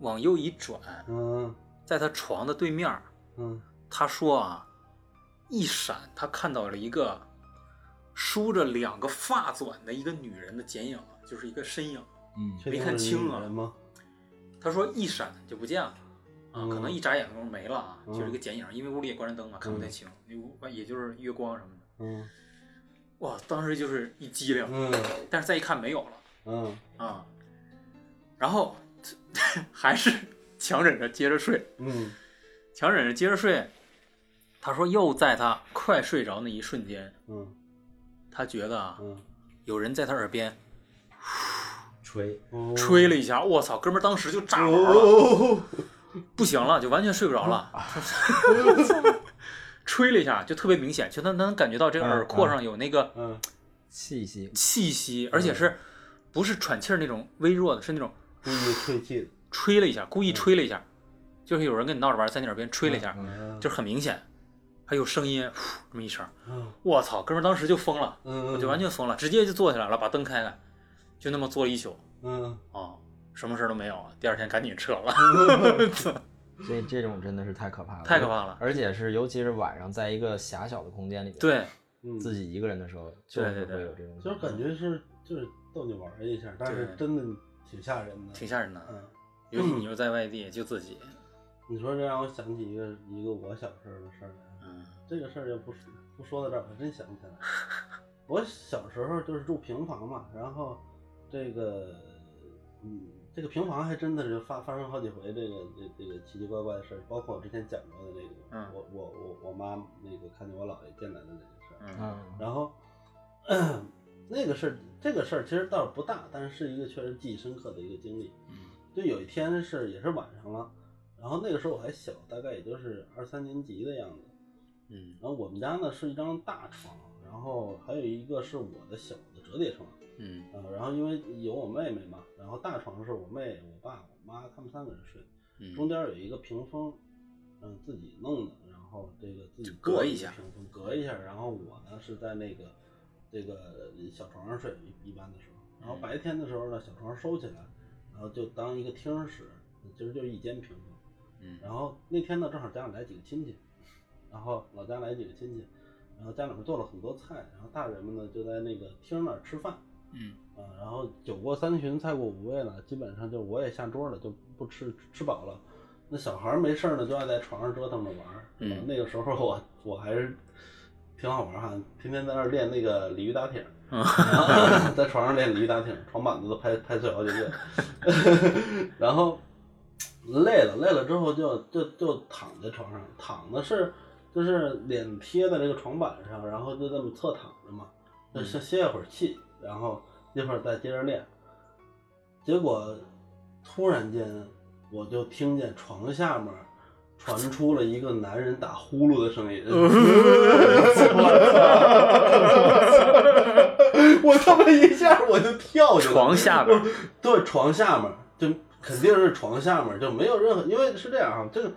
A: 往右一转，
B: 嗯
A: 在他床的对面儿，
B: 嗯
A: 他说啊，一闪他看到了一个梳着两个发纂的一个女人的剪影，就是一个身影，
C: 嗯
B: 确定
A: 没看
B: 是女
A: 清啊
B: 人吗？
A: 他说一闪就不见了，啊，
B: 嗯
A: 可能一眨眼功夫没了啊，
B: 嗯
A: 就是一个剪影，因为屋里也关着灯嘛，看不太清，那屋也就是月光什么的。
B: 嗯
A: 哇，当时就是一激灵，
B: 嗯
A: 但是再一看没有了
B: 嗯
A: 啊，然后 还是强忍着接着睡，
B: 嗯
A: 强忍着接着睡。他说又在他快睡着那一瞬间，
B: 嗯
A: 他觉得啊，
B: 嗯
A: 有人在他耳边
C: 吹，
B: 嗯，
A: 吹了一下，我操，哥们儿当时就炸毛了。
B: 哦，
A: 不行了，就完全睡不着了。
B: 啊
A: 吹了一下，就特别明显，就能能感觉到这个耳廓上有那个
B: 嗯
C: 气息，
A: 气息，而且是不是喘气儿那种微弱的，是那种
B: 故意吹气，
A: 吹了一下，故意吹了一下，就是有人跟你闹着玩儿，在你耳边吹了一下，
B: 嗯
A: 就是很明显，还有声音，呼这么一声，
B: 嗯
A: 我操，哥们儿当时就疯了，
B: 嗯，
A: 我就完全疯了，直接就坐起来了，把灯开开，就那么坐了一宿
B: 嗯
A: 啊，什么事儿都没有，啊第二天赶紧撤了，
D: 所以这种真的是太可怕了，
A: 太可怕了
D: 而且是尤其是晚上，在一个狭小的空间里 面，，
A: 对，
B: 嗯，
D: 自己一个人的时候，就是
A: 对对
D: 会有这种，
B: 就是感觉是就是逗你玩儿一下，但是
A: 对
B: 真的挺吓人的，
A: 挺吓人的。
B: 嗯。
A: 尤其你又在外地，就自己，
B: 你说这让我想起一个一个我小时候的事儿来，
A: 嗯
B: 这个事儿就不说不说到这儿，我还真想起来了。我小时候就是住平房嘛，然后这个嗯，这个平房还真的是发发生好几回这个这这个奇奇怪怪的事儿，包括我之前讲过的这个，
A: 嗯
B: 我我我我妈那个看见我姥爷进来的那个事儿，
A: 嗯
D: 嗯，
B: 然后那个事儿这个事儿其实倒是不大，但是是一个确实记忆深刻的一个经历。
A: 嗯
B: 就有一天是也是晚上了，然后那个时候我还小，大概也就是二三年级的样子。
A: 嗯
B: 然后我们家呢是一张大床，然后还有一个是我的小的折叠床。
A: 嗯
B: 啊、然后因为有我妹妹嘛，然后大床是我妹、我爸、我妈他们三个人睡，
A: 嗯，
B: 中间有一个屏风，嗯，自己弄的，然后这个自己
A: 就隔
B: 做的
A: 一
B: 个
A: 下
B: 屏风隔一下，然后我呢是在那个这个小床上睡，一一般的时候，然后
A: 嗯
B: 白天的时候呢，小床收起来，然后就当一个厅儿使，其实就是一间屏风。
A: 嗯
B: 然后那天呢，正好家里来几个亲戚，然后老家来几个亲戚，然后家里面做了很多菜，然后大人们呢就在那个厅儿那儿吃饭。
A: 嗯
B: 啊，然后酒过三巡，菜过五味了，基本上就我也下桌了，就不吃吃饱了。那小孩儿没事儿呢，就爱在床上折腾着玩儿。是吧
A: 嗯
B: 那个时候我我还是挺好玩儿哈，天天在那儿练那个鲤鱼打挺儿，在床上练鲤鱼打挺儿，床板子都拍拍碎好几个。 然后累了，累了之后就就就躺在床上，躺的是就是脸贴在这个床板上，然后就这么侧躺着嘛，就先歇一会儿气，然后一会儿再接着练。结果突然间，我就听见床下面传出了一个男人打呼噜 的声音。我他妈一下我就跳起来了，
A: 床下边儿
B: 对，床下面儿就肯定是床下面儿就没有任何，因为是这样啊，这个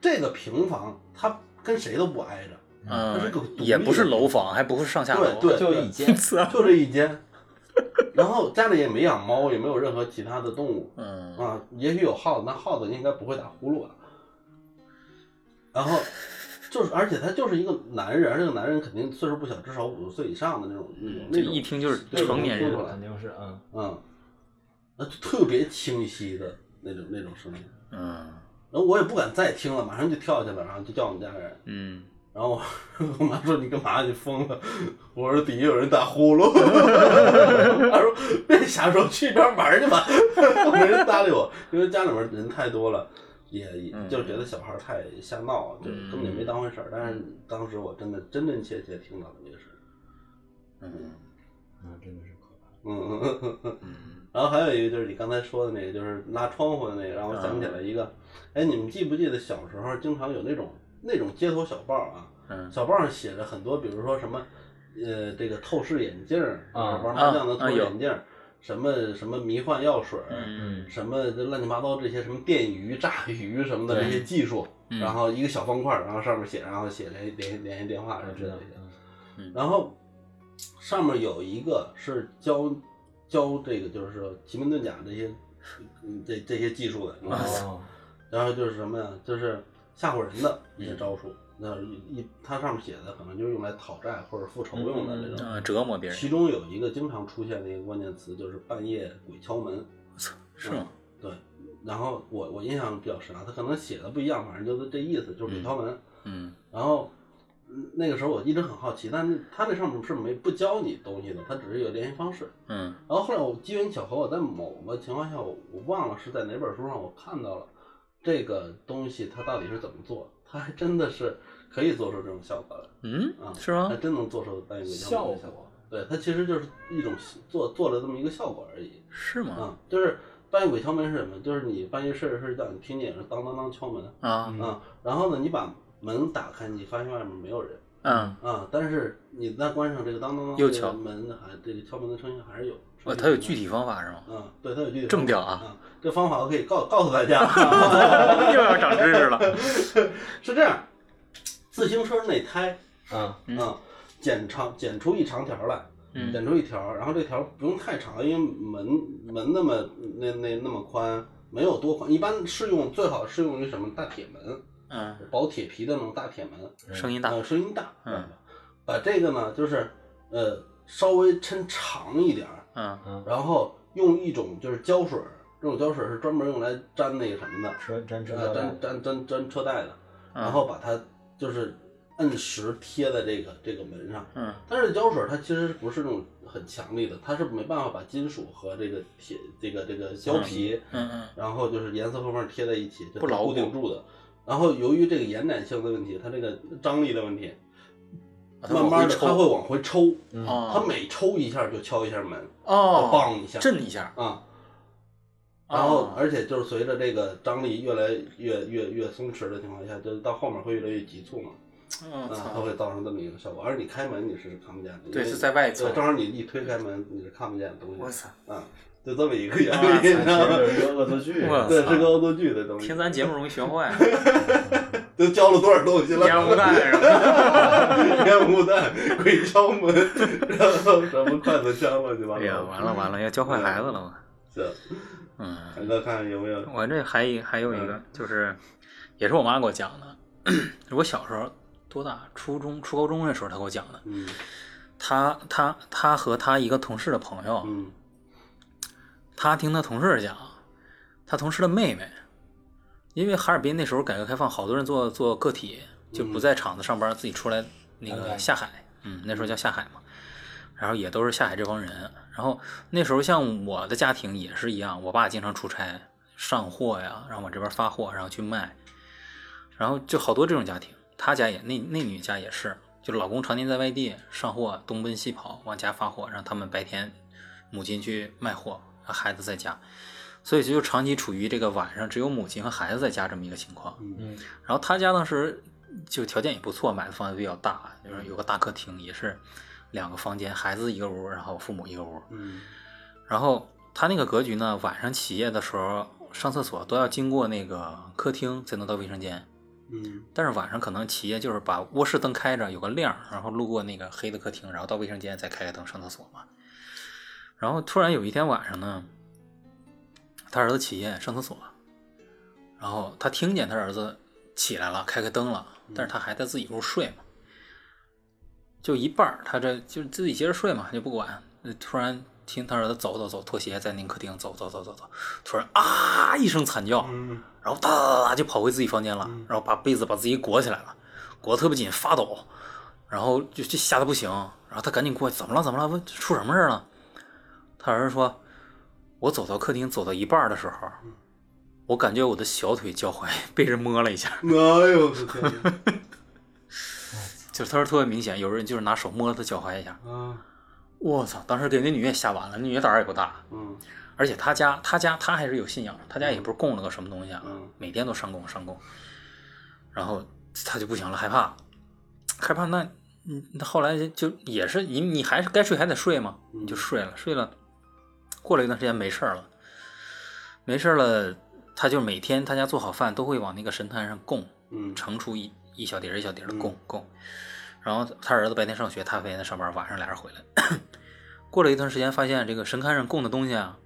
B: 这个平房它跟谁都不挨着，它是个独
A: 嗯，
B: 立
A: 也不是
B: 的
A: 楼房，还不是上下
B: 对
A: 楼，
B: 对，
D: 就
B: 对
D: 一间，
B: 就这一间，然后家里也没养猫，也没有任何其他的动物
A: 嗯
B: 啊，也许有耗子，但耗子应该不会打呼噜吧。然后就是，而且他就是一个男人，而这个男人肯定岁数不小，至少五十岁以上的那种那种
A: 这
B: 那种
A: 一听嗯就是
B: 对
A: 成年
B: 能
A: 人
B: 说出来
D: 肯定是嗯，
B: 嗯，那就特别清晰的那种那种声音。
A: 嗯
B: 然后我也不敢再听了，马上就跳下来，然后就叫我们家人。
A: 嗯，
B: 然后我我妈说：“你干嘛？你疯了？”我说：“底下有人打呼噜。” 她说：“别瞎说，去一边玩去吧。” 没人搭理我，因为家里面人太多了，也也
A: 嗯
B: 就觉得小孩太瞎闹，啊就根本就没当回事儿。但是当时我真的真真切切听到了这个事儿。
A: 嗯
D: 啊，真的是可怕。
B: 嗯嗯嗯嗯。
A: 嗯
B: 然后还有一个就是你刚才说的那个，就是拉窗户的那个，让我想起来一个。哎，你们记不记得小时候经常有那种那种街头小报啊？
A: 嗯
B: 小报上写着很多，比如说什么，呃，这个透视眼镜儿
D: 啊
B: 玩麻将的
A: 啊
B: 透
A: 啊
B: 视
A: 有
B: 眼镜儿，什么什么迷幻药水儿，
A: 嗯
B: 什么这乱七八糟这些什么电鱼、炸鱼什么的这些技术，
A: 嗯
B: 然后一个小方块儿，然后上面写，然后写联联系联系电话什么之类的。
A: 嗯
B: 然后上面有一个是教教这个就是说奇门遁甲这些嗯这这些技术的，你知道吗
D: 哦，
B: 然后就是什么呀，就是吓唬人的一些招数。
A: 嗯
B: 那一一它上面写的可能就是用来讨债或者复仇用的这种。
A: 啊，折磨别人
B: 其中有一个经常出现的一个关键词就是半夜鬼敲门，
A: 是吗？
B: 对，然后我我印象比较深啊，他可能写的不一样，反正就是这意思，就是李涛文。
A: 嗯
B: 然后嗯那个时候我一直很好奇，但是他这上面是没不教你东西的，他只是有联系方式。
A: 嗯
B: 然后后来我机缘巧合，我在某个情况下，我我忘了是在哪本书上我看到了这个东西，它到底是怎么做，它还真的是可以做出这种效果来啊
A: 嗯，，是
B: 还
A: 吗？
B: 真能做出单
D: 嗯
B: 元
C: 效
B: 果。
C: 果
B: 对，它其实就是一种做做了这么一个效果而已。
A: 是吗？
B: 啊，就是半夜鬼敲门是什么？就是你半夜睡着睡着觉，你听见有人当当当敲门
A: 啊
B: 啊，然后呢，你把门打开，你发现外面没有人
A: 嗯，
B: 啊，但是你再关上这个当当当，
A: 又
B: 这个
A: 敲
B: 门还这个敲门的声音还是有。
A: 哦，它有具体方法是吗？
B: 嗯，对，它有具体
A: 这么
B: 方
A: 屌
B: 法
A: 啊！
B: 啊，这方法我可以告告诉大家，啊
A: 又要长知识了。
B: 是这样，自行车内胎
D: 嗯，
B: 啊，剪长剪出一长条来，
A: 嗯
B: 剪出一条，然后这条不用太长，因为门门那么那那那么宽，没有多宽，一般适用最好适用于什么大铁门，
A: 嗯，
B: 薄铁皮的那种大铁门，
A: 声音大。
B: 呃，声音大，
A: 嗯
B: 知道吧，把这个呢就是呃稍微抻长一点儿，
A: 嗯
B: 然后用一种就是胶水儿，这种胶水儿是专门用来粘那个什么的，
D: 车粘车
B: 呃，
D: 胶
B: 粘
D: 带，
B: 粘粘粘车带的，
A: 嗯
B: 然后把它就是摁实贴在这个这个门上。
A: 嗯
B: 但是胶水它其实不是那种很强力的，它是没办法把金属和这个铁这个这个胶皮，
A: 嗯嗯
B: 然后就是颜色方面贴在一起，就
A: 不牢固
B: 固定住的。然后由于这个延展性的问题，它这个张力的问题，
A: 啊它往
B: 慢慢的
A: 回抽
B: 它会往回抽，它
A: 哦
B: 每抽一下就敲一下门，
A: 哦，
B: 梆一下
A: 震一下。
B: 啊、然后
A: 哦，
B: 而且就是随着这个张力越来越越越松弛的情况下，就是到后面会越来越急促嘛，
A: 嗯
B: 啊，它
A: 操，
B: 会造成这么一个效果。而你开门你是看不见的，
A: 对，
B: 因为
A: 是在外侧
B: 对，。正好你一推开门你是看不见的东
A: 我
B: 西，
A: 操，
B: 啊，就这么一个
A: 哇塞
B: 原理，你知道吗？
D: 是个恶作剧
A: 哇
B: 对，
A: 操
B: 是个恶作剧的东西
A: 听，咱节目容易学坏啊，
B: 都教了多少东西了？
A: 烟雾弹什么的。
B: 烟雾弹、鬼敲门，然后什么筷子枪乱七八
A: 哎呀，
B: 糟。
A: 完了完了，要教坏孩子了我。
B: 行，
A: 嗯。
B: 韩哥看看有没有？
A: 我这还一还有一个，就是也是我妈给我讲的。 我小时候多大？初中、初高中的时候，她给我讲的。
B: 嗯
A: 她她她和她一个同事的朋友，
B: 嗯
A: 她听她同事讲，她同事的妹妹，因为哈尔滨那时候改革开放，好多人做做个体，就不在厂子上班，自己出来那个下海。嗯，那时候叫下海嘛。然后也都是下海这帮人。然后那时候像我的家庭也是一样，我爸经常出差上货呀，然后往这边发货，然后去卖。然后就好多这种家庭，他家也那那女家也是，就老公常年在外地上货，东奔西跑往家发货，让他们白天母亲去卖货，让孩子在家，所以就长期处于这个晚上只有母亲和孩子在家这么一个情况。
B: 嗯
A: 然后他家当时就条件也不错，买的房子比较大，就是有个大客厅，也是两个房间，孩子一个屋，然后父母一个屋。
B: 嗯
A: 然后他那个格局呢，晚上起夜的时候上厕所都要经过那个客厅才能到卫生间，
B: 嗯
A: 但是晚上可能起夜就是把卧室灯开着，有个亮儿，然后路过那个黑的客厅，然后到卫生间再开个灯上厕所嘛。然后突然有一天晚上呢，他儿子起夜上厕所，然后他听见他儿子起来了，开开灯了，但是他还在自己屋睡嘛，就一半儿，他这就自己接着睡嘛，就不管。呃突然听他儿子走走走，拖鞋在那客厅走走走走走，突然啊一声惨叫，
B: 嗯
A: 然后哒哒哒哒就跑回自己房间了，然后把被子把自己裹起来了，裹得特别紧，发抖，然后就就吓得不行，然后他赶紧过去，怎么了？怎么了？问出什么事儿了？他儿子说，我走到客厅走到一半儿的时候，我感觉我的小腿脚踝 被人摸了一下，
B: 哎呦我的天哪！
A: 就是他说特别明显，有人就是拿手摸了他脚踝一下，
B: 啊，
A: 我操！当时给那女也吓完了，那女的胆儿也不大，
B: 嗯
A: 而且他家他家他还是有信仰，他家也不是供了个什么东西啊，
B: 嗯
A: 每天都上供上供，然后他就不行了，害怕，害怕那嗯，那后来就也是你你还是该睡还得睡嘛，你就睡了睡了，过了一段时间没事儿了，没事儿了，他就每天他家做好饭都会往那个神坛上供，
B: 嗯
A: 盛出一一小碟儿一小碟儿的供供，然后他儿子白天上学，他白天上班，晚上俩人回来。 过了一段时间，发现这个神龛上供的东西啊，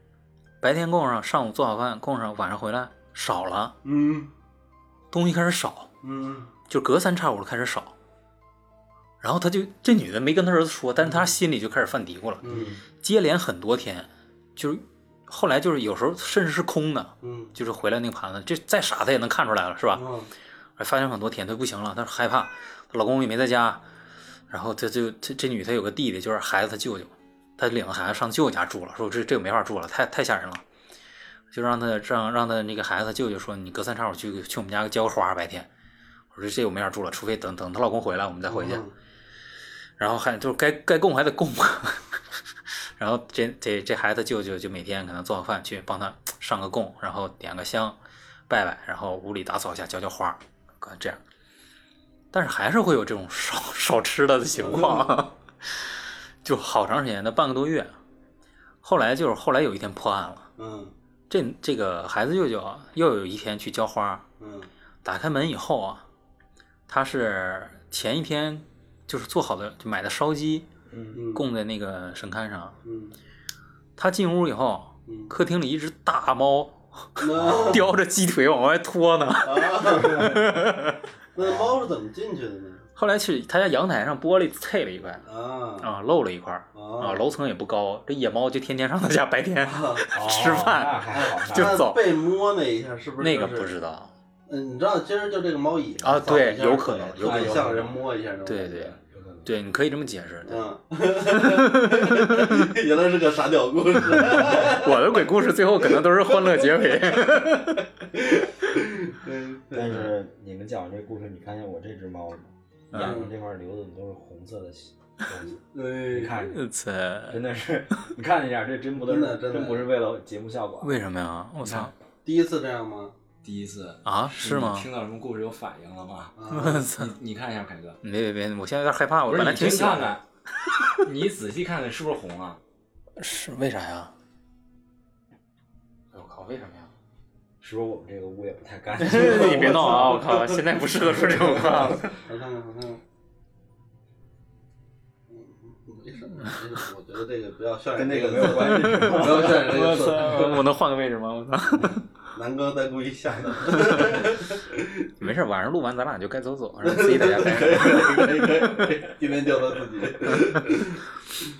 A: 白天供上，上午做好饭供上，晚上回来少了，
B: 嗯
A: 东西开始少，
B: 嗯
A: 就隔三差五的开始少。然后他就这女的没跟他儿子说，但是他心里就开始犯嘀咕了。
B: 嗯
A: 接连很多天，就是后来就是有时候甚至是空的，
B: 嗯
A: 就是回来那个盘子，这再傻他也能看出来了，是吧？
B: 嗯
A: 发现很多天她不行了，她是害怕，她老公也没在家，然后她就这这女她有个弟弟，就是孩子她舅舅，她领着孩子上舅舅家住了，说这这个没法住了，太太吓人了，就让她让让她那个孩子她舅舅说你隔三差五去去我们家浇个花白天，我说这我没法住了，除非等等她老公回来我们再回去，
B: 嗯
A: 然后还就是该该供还得供， 然后这这这孩子舅舅就每天可能做个饭去帮他上个供，然后点个香，拜拜，然后屋里打扫一下，浇浇花，可能这样。但是还是会有这种少少吃的的情况，就好长时间，那半个多月。后来就是后来有一天破案了，
B: 嗯
A: 这这个孩子舅舅啊，又有一天去浇花，
B: 嗯
A: 打开门以后啊，他是前一天就是做好的就买的烧鸡，
D: 嗯，
B: 嗯，
A: 供在那个神龛上。
B: 嗯
A: 他进屋以后，
B: 嗯，
A: 客厅里一只大猫
B: 那
A: 叼着鸡腿往外拖呢。
B: 啊那猫是怎么进去的呢？
A: 后来去他家阳台上玻璃碎了一块，
B: 啊
A: 啊，漏了一块，
C: 哦
A: 啊，楼层也不高，这野猫就天天上他家白天 吃
C: 那
D: 哦
A: 饭，
C: 还好，
A: 就
B: 那
A: 走
B: 被摸那一下是不是？
A: 那个不。知道。
B: 嗯，你知道，其实就这个猫尾
A: 啊对
B: 扫一下
A: 有可能
B: 腿
A: 有可能
B: 就像人摸一下那种
A: 对
B: 感觉
A: 对
D: 有可能。
A: 对，你可以这么解释。对
B: 嗯，原来是个傻屌故事。
A: 我的鬼故事最后可能都是欢乐结 尾。
B: 嗯
D: 但是你们讲这故事，你看见我这只猫了吗？
A: 嗯
D: 眼睛这块流的怎么都是红色的血东西？
B: 对，
D: 你看，
A: 这
D: 真的是，你看一下，这真不
B: 真的
D: 是，
B: 真的
D: 真不是为了节目效果。啊
A: 为什么呀？我操
B: 第一次这样吗？
C: 第一次
A: 啊！是
C: 你
A: 吗？
C: 听到什么故事有反应了吗？
B: 啊，
C: 你你看一下，凯哥，
A: 别别别！我现在有点害哦怕，我
C: 不是
A: 本来
C: 你
A: 挺
C: 真
A: 喜
C: 看
A: 欢的。
C: 看，你仔细看看是不是红 啊？
A: 是为啥呀？我哎靠！为什么呀？
D: 是不是我们这个屋也不 太干净？
A: 你别闹啊！我靠，现在不适合说这种话了。
B: 我看看，我看看。嗯没事，没事我觉得这个不要渲染
D: 跟那
B: 这
D: 个
B: 个
D: 没有
B: 色
D: 关系。
B: 不要渲染这个
A: 我
B: 色。
A: 操！我能换个位置吗？我操！
B: 南哥在故意吓 的。
A: 没事，晚上录完咱俩就该走走，然后自己在家待着。
B: 今天叫他自己。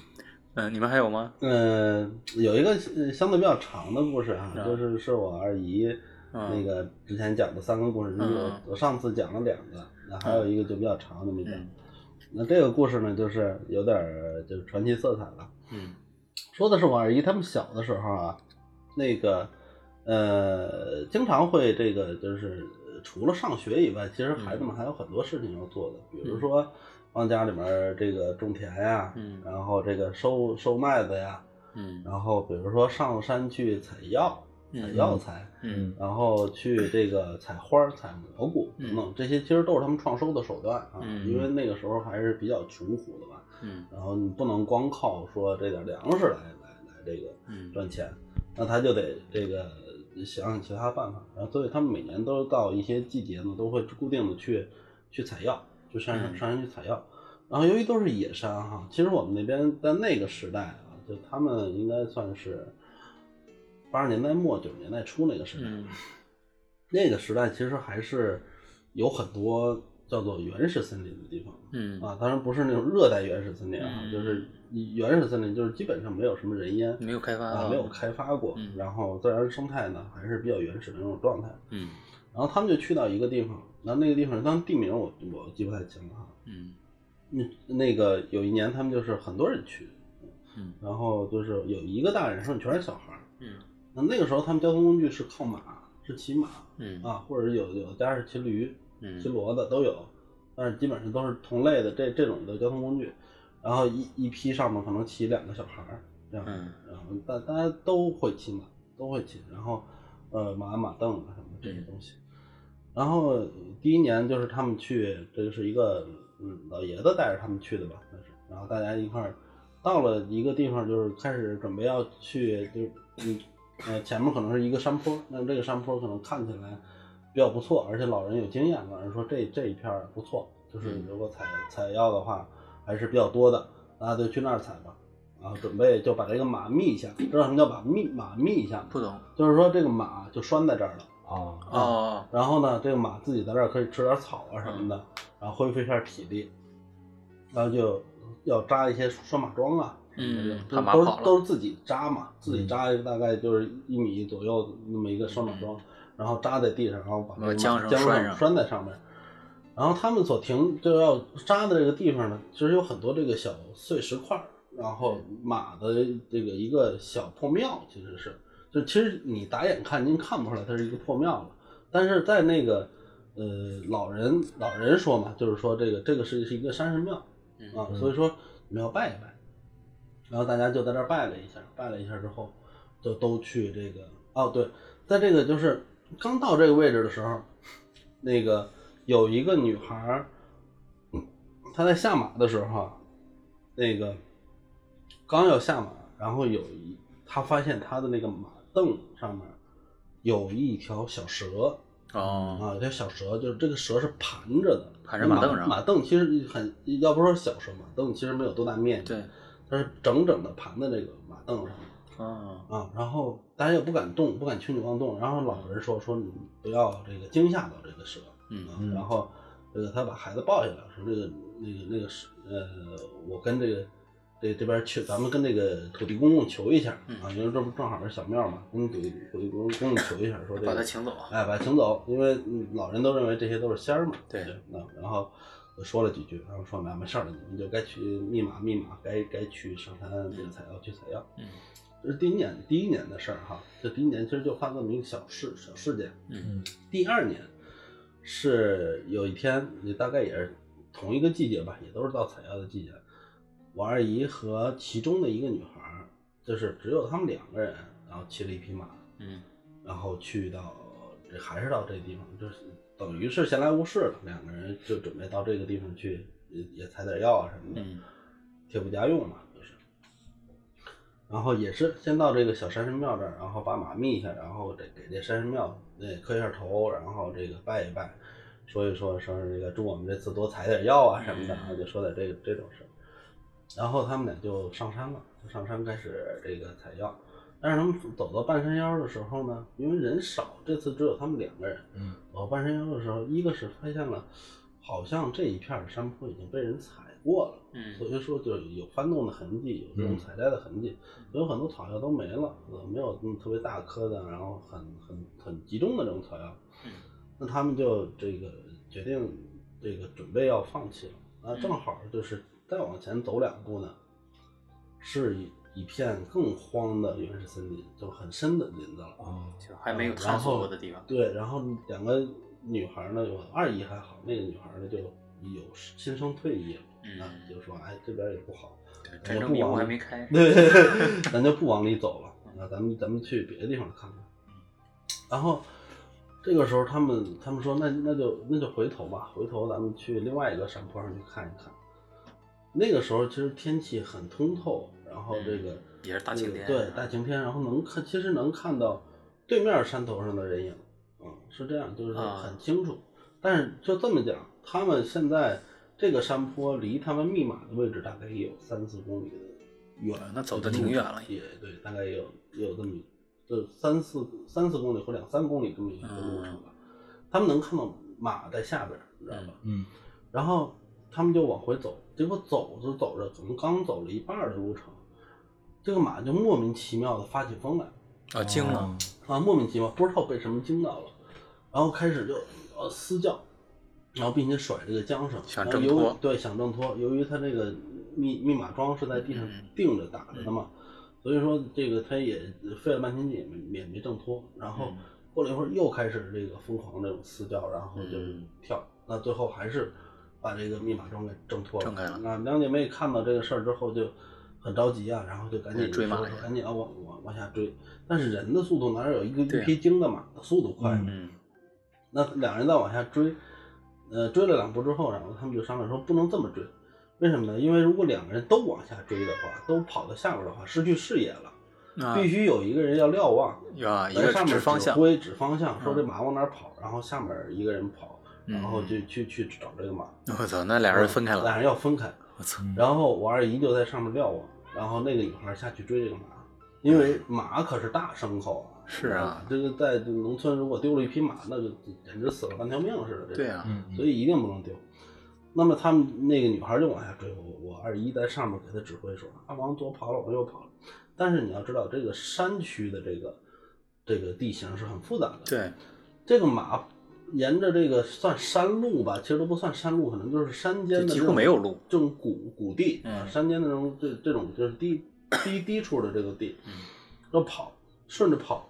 A: 嗯，你们还有吗？
B: 嗯，有一个呃相对比较长的故事啊，就是是我二姨
A: 啊
B: 那个之前讲的三个故事，就是我
A: 嗯
B: 我上次讲了两个，那还有一个就比较长的没讲
A: 啊嗯。
B: 那这个故事呢，就是有点儿就是传奇色彩了。
A: 嗯
B: 说的是我二姨他们小的时候啊，那个呃，经常会这个就是呃除了上学以外，其实孩子
A: 嗯
B: 们还有很多事情要做的，比如说帮家里面儿这个种田呀，
A: 嗯
B: 然后这个收收麦子呀，
A: 嗯
B: 然后比如说上山去采药、采药材，
A: 嗯
B: 然后去这个采花儿、采蘑菇等等，这些其实都是他们创收的手段啊，
A: 嗯
B: 因为那个时候还是比较穷苦的吧，
A: 嗯
B: 然后你不能光靠说这点粮食来来来这个
A: 嗯
B: 赚钱，那他就得这个想想其他办法。然后所以他们每年都到一些季节呢，都会固定的去去采药，就上山
A: 嗯
B: 上山去采药。然后由于都是野山哈，其实我们那边在那个时代啊，就他们应该算是八十年代末九十年代初那个时代，
A: 嗯
B: 那个时代其实还是有很多叫做原始森林的地方。
A: 嗯，
B: 啊，当然不是那种热带原始森林啊，
A: 嗯
B: 就是原始森林，就是基本上没有什么人烟
A: 没有开发
B: 啊，没有开发过，
A: 嗯
B: 然后自然生态呢还是比较原始的那种状态。
A: 嗯
B: 然后他们就去到一个地方，然后那个地方，当然地名我我记不太清了哈。
A: 嗯
B: 那那个有一年他们就是很多人去，
A: 嗯
B: 然后就是有一个大人，剩下全是小孩儿。
A: 嗯
B: 那那个时候他们交通工具是靠马，是骑马
A: 嗯
B: 啊，或者有有家是骑驴，
A: 嗯
B: 骑骡子都有，但是基本上都是同类的这这种的交通工具。然后一一批上面可能骑两个小孩儿这样，
A: 嗯
B: 然后大大家都会骑马，都会骑，然后呃马马凳啊什么这些东西。然后第一年就是他们去，这个是一个嗯老爷子带着他们去的吧，算是。然后大家一块儿到了一个地方，就是开始准备要去，就是嗯呃前面可能是一个山坡，那这个山坡可能看起来比较不错，而且老人有经验，老人说这这一片儿不错，就是如果采采药的话还是比较多的，大家就去那儿采吧。然后准备就把这个马密一下，知道什么叫把密马密一下吗？
A: 不懂
B: 就是说这个马就拴在这儿了。
D: 啊，
A: 哦
B: 然后呢，这个马自己在这儿可以吃点草啊什么的，然后恢复一下体力，然后就要扎一些拴马桩啊，
A: 嗯，
B: 都
A: 怕马
B: 都是
A: 跑了。嗯
B: 都是自己扎嘛，自己扎大概就是一米左右那么一个双马桩，然后扎在地上，然后把
A: 把
B: 那个
A: 缰绳
B: 缰
A: 拴
B: 绳
A: 上
B: 拴在上面。然后他们所停就要扎的这个地方呢，其实有很多这个小碎石块儿，然后
A: 嗯
B: 马的这个一个小破庙，其实是就其实你打眼看您看不出来它是一个破庙了，但是在那个呃老人老人说嘛，就是说这个这个是是一个山神庙
A: 嗯
B: 啊，所以说你们要拜一拜。然后大家就在这儿拜了一下，拜了一下之后，就都去这个哦，对，在这个就是刚到这个位置的时候，那个有一个女孩儿，她在下马的时候啊，那个刚要下马，然后有一她发现她的那个马凳上面有一条小蛇
A: 哦，
B: 啊，这小蛇就是这个蛇是盘着的，
A: 盘着马凳上
B: 马凳其实很，要不说小蛇，马凳其实没有多大面积，
A: 对，
B: 它是整整的盘在这个马凳上
A: 哦，
B: 啊，然后大家也不敢动，不敢轻举妄动。然后老人说说你不要这个惊吓到这个蛇
A: 嗯
B: 啊，然后这个他把孩子抱下来说那个那个那个蛇呃，我跟这个这这边去，咱们跟这个土地公公求一下
A: 嗯
B: 啊，因为这不正好是小庙嘛，跟土地土地公公公求一下，说这
A: 把他
B: 个
A: 请走。
B: 哎，把他请走，因为嗯老人都认为这些都是仙儿嘛。
A: 对
B: 那然后我说了几句，然后说那没事儿了，你们就该去密码密码，该该去上山这个采药去采药。
A: 嗯，
B: 这是第一年第一年的事儿哈，这第一年其实就发生了一个小事小事件。
A: 嗯，
B: 第二年是有一天，也大概也是同一个季节吧，也都是到采药的季节，我二姨和其中的一个女孩儿，就是只有他们两个人，然后骑了一匹马。
A: 嗯
B: 然后去到这还是到这地方，就是等于是闲来无事了，两个人就准备到这个地方去，也也采点药啊什么的，
A: 嗯
B: 贴补家用嘛，就是。然后也是先到这个小山神庙这儿，然后把马密一下，然后这给这山神庙那磕一下头，然后这个拜一拜，说一说说这个祝我们这次多采点药啊什么的，然后就说点这个这种事儿。然后他们俩就上山了，就上山开始这个采药。但是他们走到半山腰的时候呢，因为人少，这次只有他们两个人。
D: 嗯，
B: 走到半山腰的时候，一个是发现了，好像这一片儿的山坡已经被人踩过了，所
A: 嗯
B: 以说就是有翻动的痕迹，有这种
D: 嗯
B: 采摘的痕迹，有很多草药都没了，呃没有那么特别大颗的，然后很很很集中的这种草药
A: 嗯。
B: 那他们就这个决定这个准备要放弃了。啊，正好就是再往前走两步呢，是一一片更荒的原始森林，就很深的林子了。
D: 啊，
A: 就还没有探索过的地方。
B: 对，然后两个女孩呢，我二姨还好，那个女孩呢就有心生退意了，啊，
A: 嗯，
B: 就说哎这边也不好，
A: 对，真正迷雾还没开。
B: 对， 咱就不往里走了，啊，咱们咱们去别的地方看看。然后这个时候他们他们说那那就那就回头吧，回头咱们去另外一个山坡上去看一看。那个时候其实天气很通透，然后这个、
A: 也嗯是大晴天
B: 嗯对大晴天，然后能看其实能看到对面山头上的人影，嗯，是这样，就是
A: 啊
B: 很清楚。但是就这么讲，他们现在这个山坡离他们密码的位置大概也有三四公里的远，
A: 那啊走得挺远了
B: 也对，大概也有也有这么就三四三四公里或两三公里这么一个路程吧。
A: 嗯
B: 他们能看到马在下边儿，你知道吧？
D: 嗯，
B: 然后他们就往回走，结果走着走着，可能刚走了一半儿的路程，这个马就莫名其妙的发起疯来
A: 啊，惊了。
B: 啊，莫名其妙，不知道被什么惊到了，然后开始就呃嘶叫，然后并且甩这个缰绳，
A: 想
B: 然后
A: 挣
B: 由于
A: 脱
B: 对，想挣脱。由于它这个密密码桩是在
A: 嗯
B: 地上钉着打着的嘛，所以说这个它也费了半天劲也没也没挣脱。然后
A: 嗯
B: 过了一会儿又开始这个疯狂这种撕叫，然后就是
A: 嗯
B: 跳。那最后还是把这个密码桩给挣脱
A: 挣开了
B: 那两姐妹看到这个事儿之后就很着急啊，然后就赶紧
A: 追马
B: 说
A: 去
B: 说赶紧啊往往往下追。但是人的速度哪有一个
A: 对
B: 一
A: 啊
B: 匹精的马的速度快？
D: 嗯
A: 嗯
B: 那两人再往下追，呃，追了两步之后，然后他们就商量说不能这么追，为什么呢？因为如果两个人都往下追的话，都跑到下边的话，失去视野了，
A: 啊
B: 必须有一个人要瞭望，
A: 呀，一
B: 在
A: 个
B: 上面
A: 指方向
B: 指。挥指方向，说
A: 嗯
B: 这马往哪儿跑，然后下面一个人跑，然后
A: 嗯
B: 就去去找这个马，
A: 我操，那俩人分开
B: 俩
A: 了。
B: 人要分开。
A: 我操，
B: 然后我二姨就在上面瞭望，然后那个女孩下去追这个马，因为马可是大牲口啊。
A: 是啊
B: 这个在农村如果丢了一匹马，那就简直死了半条命似的。这个
A: 对啊，
D: 嗯，
B: 所以一定不能丢。那么他们那个女孩就往下追，我我二姨在上面给她指挥说啊，往左跑了，往右跑了。但是你要知道，这个山区的这个这个地形是很复杂的。，
A: 对，
B: 这个马沿着这个算山路吧，其实都不算山路，可能就是山间
A: 就
B: 的
A: 几
B: 这
A: 乎
B: 种
A: 没有路。
B: 这种谷谷地
A: 嗯
B: 啊，山间的这种这这种就是低低低处的这个地
A: 嗯，
B: 要跑，顺着跑，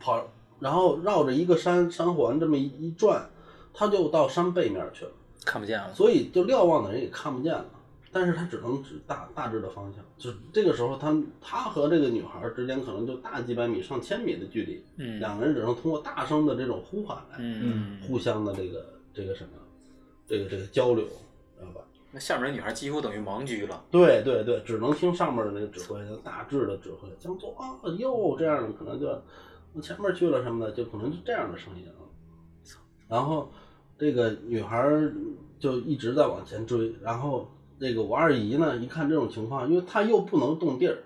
B: 跑，然后绕着一个山山环这么一一转，它就到山背面去了，
A: 看不见了。
B: 所以就瞭望的人也看不见了。但是他只能指大大致的方向，就是这个时候他他和这个女孩之间可能就大几百米、上千米的距离，
A: 嗯
B: 两个人只能通过大声的这种呼喊来、
A: 嗯，
B: 互相的这个这个什么，这个这个交流，知道吧？
A: 那下面的女孩几乎等于盲狙了。
B: 对对对，只能听上面的那个指挥，大致的指挥，向左啊右这样的，可能就往前面去了什么的，就可能是这样的声音啊。然后这个女孩儿就一直在往前追，然后这个我二姨呢，一看这种情况，因为她又不能动地儿，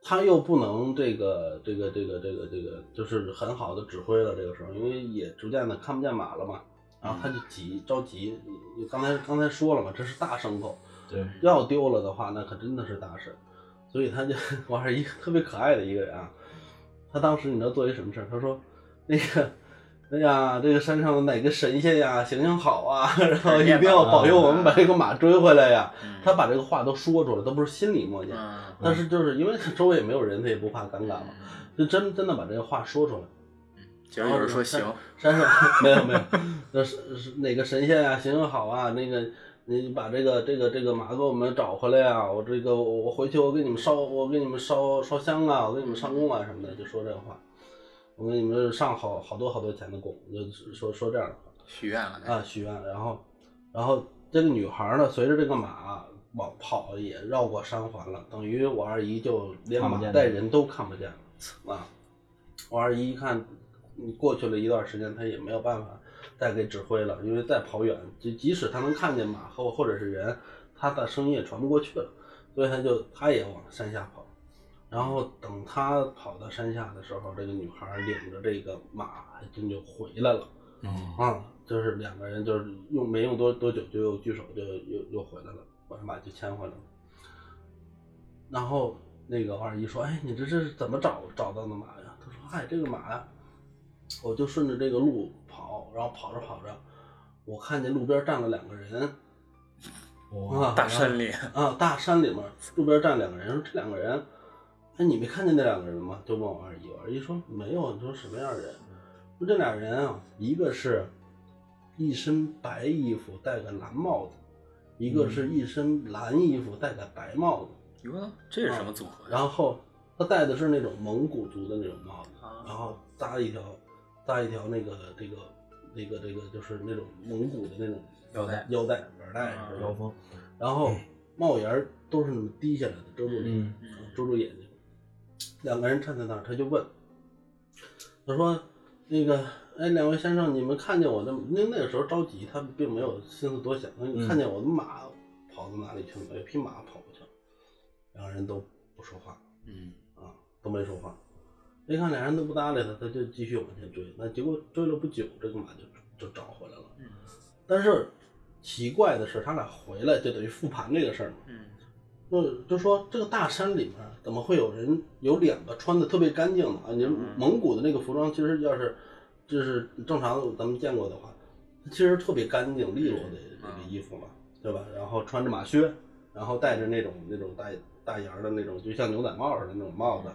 B: 她又不能这个这个这个这个这个，就是很好的指挥了。这个时候，因为也逐渐的看不见马了嘛，然后她就急着急，刚才刚才说了嘛，这是大牲口。
A: 嗯
C: 对，
B: 要丢了的话，那可真的是大事。所以他就我还是一个特别可爱的一个人啊。他当时你知道做一什么事儿？他说那个。哎呀，这个山上的哪个神仙呀，行行好啊，然后一定要保佑我们把这个马追回来呀。他把这个话都说出来，都不是心里默念，
A: 嗯，
B: 但是就是因为周围也没有人，他也不怕尴尬嘛，就真真的把这个话说出来。
A: 结果嗯有人说行，
B: 山上 没有没有，那是是哪个神仙啊，行行好啊，那个你把这个这个这个马给我们找回来啊，我这个我回去我给你们烧我给你们烧烧香啊，我给你们上供啊什么的，就说这话，我给你们上好好多好多钱的供，就说说这样的话。
A: 许愿了。
B: 啊，许愿，然后，然后这个女孩儿呢，随着这个马往跑也绕过山环了，等于我二姨就连
C: 看不
B: 马
C: 见
B: 带
C: 了
B: 人都看不见了啊！我二姨一看，嗯过去了一段时间，她也没有办法再给指挥了，因为再跑远，就即使她能看见马或或者是人，她的声音也传不过去了，所以她就她也往山下跑。然后等她跑到山下的时候，这个女孩儿领着这个马还真就回来了。
C: 嗯，
B: 啊，就是两个人就是用没用多多久就又聚首就又又回来了，把马就牵回来了。然后那个二姨说：“哎，你这是怎么找找到的马呀？”他说：“哎，这个马呀，我就顺着这个路跑，然后跑着跑着，我看见路边站了两个人啊，
A: 大山里，
B: 啊，大山里面路边站两个人，说这两个人，哎，你没看见那两个人吗？就问我二姨，我二姨说没有，你说什么样的人？说这俩人啊，一个是一身白衣服戴个蓝帽子，一个是
A: 嗯
B: 一身蓝衣服戴个白帽子，
A: 哟，这是什么组合呀？
B: 然后他戴的是那种蒙古族的那种帽子，然
A: 啊，
B: 后搭一条搭一条那个这个那个这个就是那种蒙古的那种
A: 腰带
B: 腰带腕带
A: 啊
B: 是吧
C: 妖风，
B: 然后帽檐儿都是那么低下来的，遮住脸，
C: 嗯
A: 嗯
B: 遮住眼睛。两个人站在那儿，他就问，他说：“那个，哎，两位先生，你们看见我的？那那个时候着急，他并没有心思多想。你看见我的马跑到哪里去了？有一匹马跑过去了。”两个人都不说话
A: 嗯，
B: 啊，都没说话。一看俩人都不搭理他，他就继续往前追。那结果追了不久，这个马就就找回来了。
A: 嗯
B: 但是奇怪的是，他俩回来就等于复盘这个事儿嘛。
A: 嗯
B: 就就说这个大山里面怎么会有人有两个穿的特别干净的啊？你
A: 嗯
B: 蒙古的那个服装，其实要是就是正常咱们见过的话，其实特别干净利落的这个衣服嘛，对吧？然后穿着马靴，然后戴着那种那种大大檐儿的那种，就像牛仔帽似的那种帽子，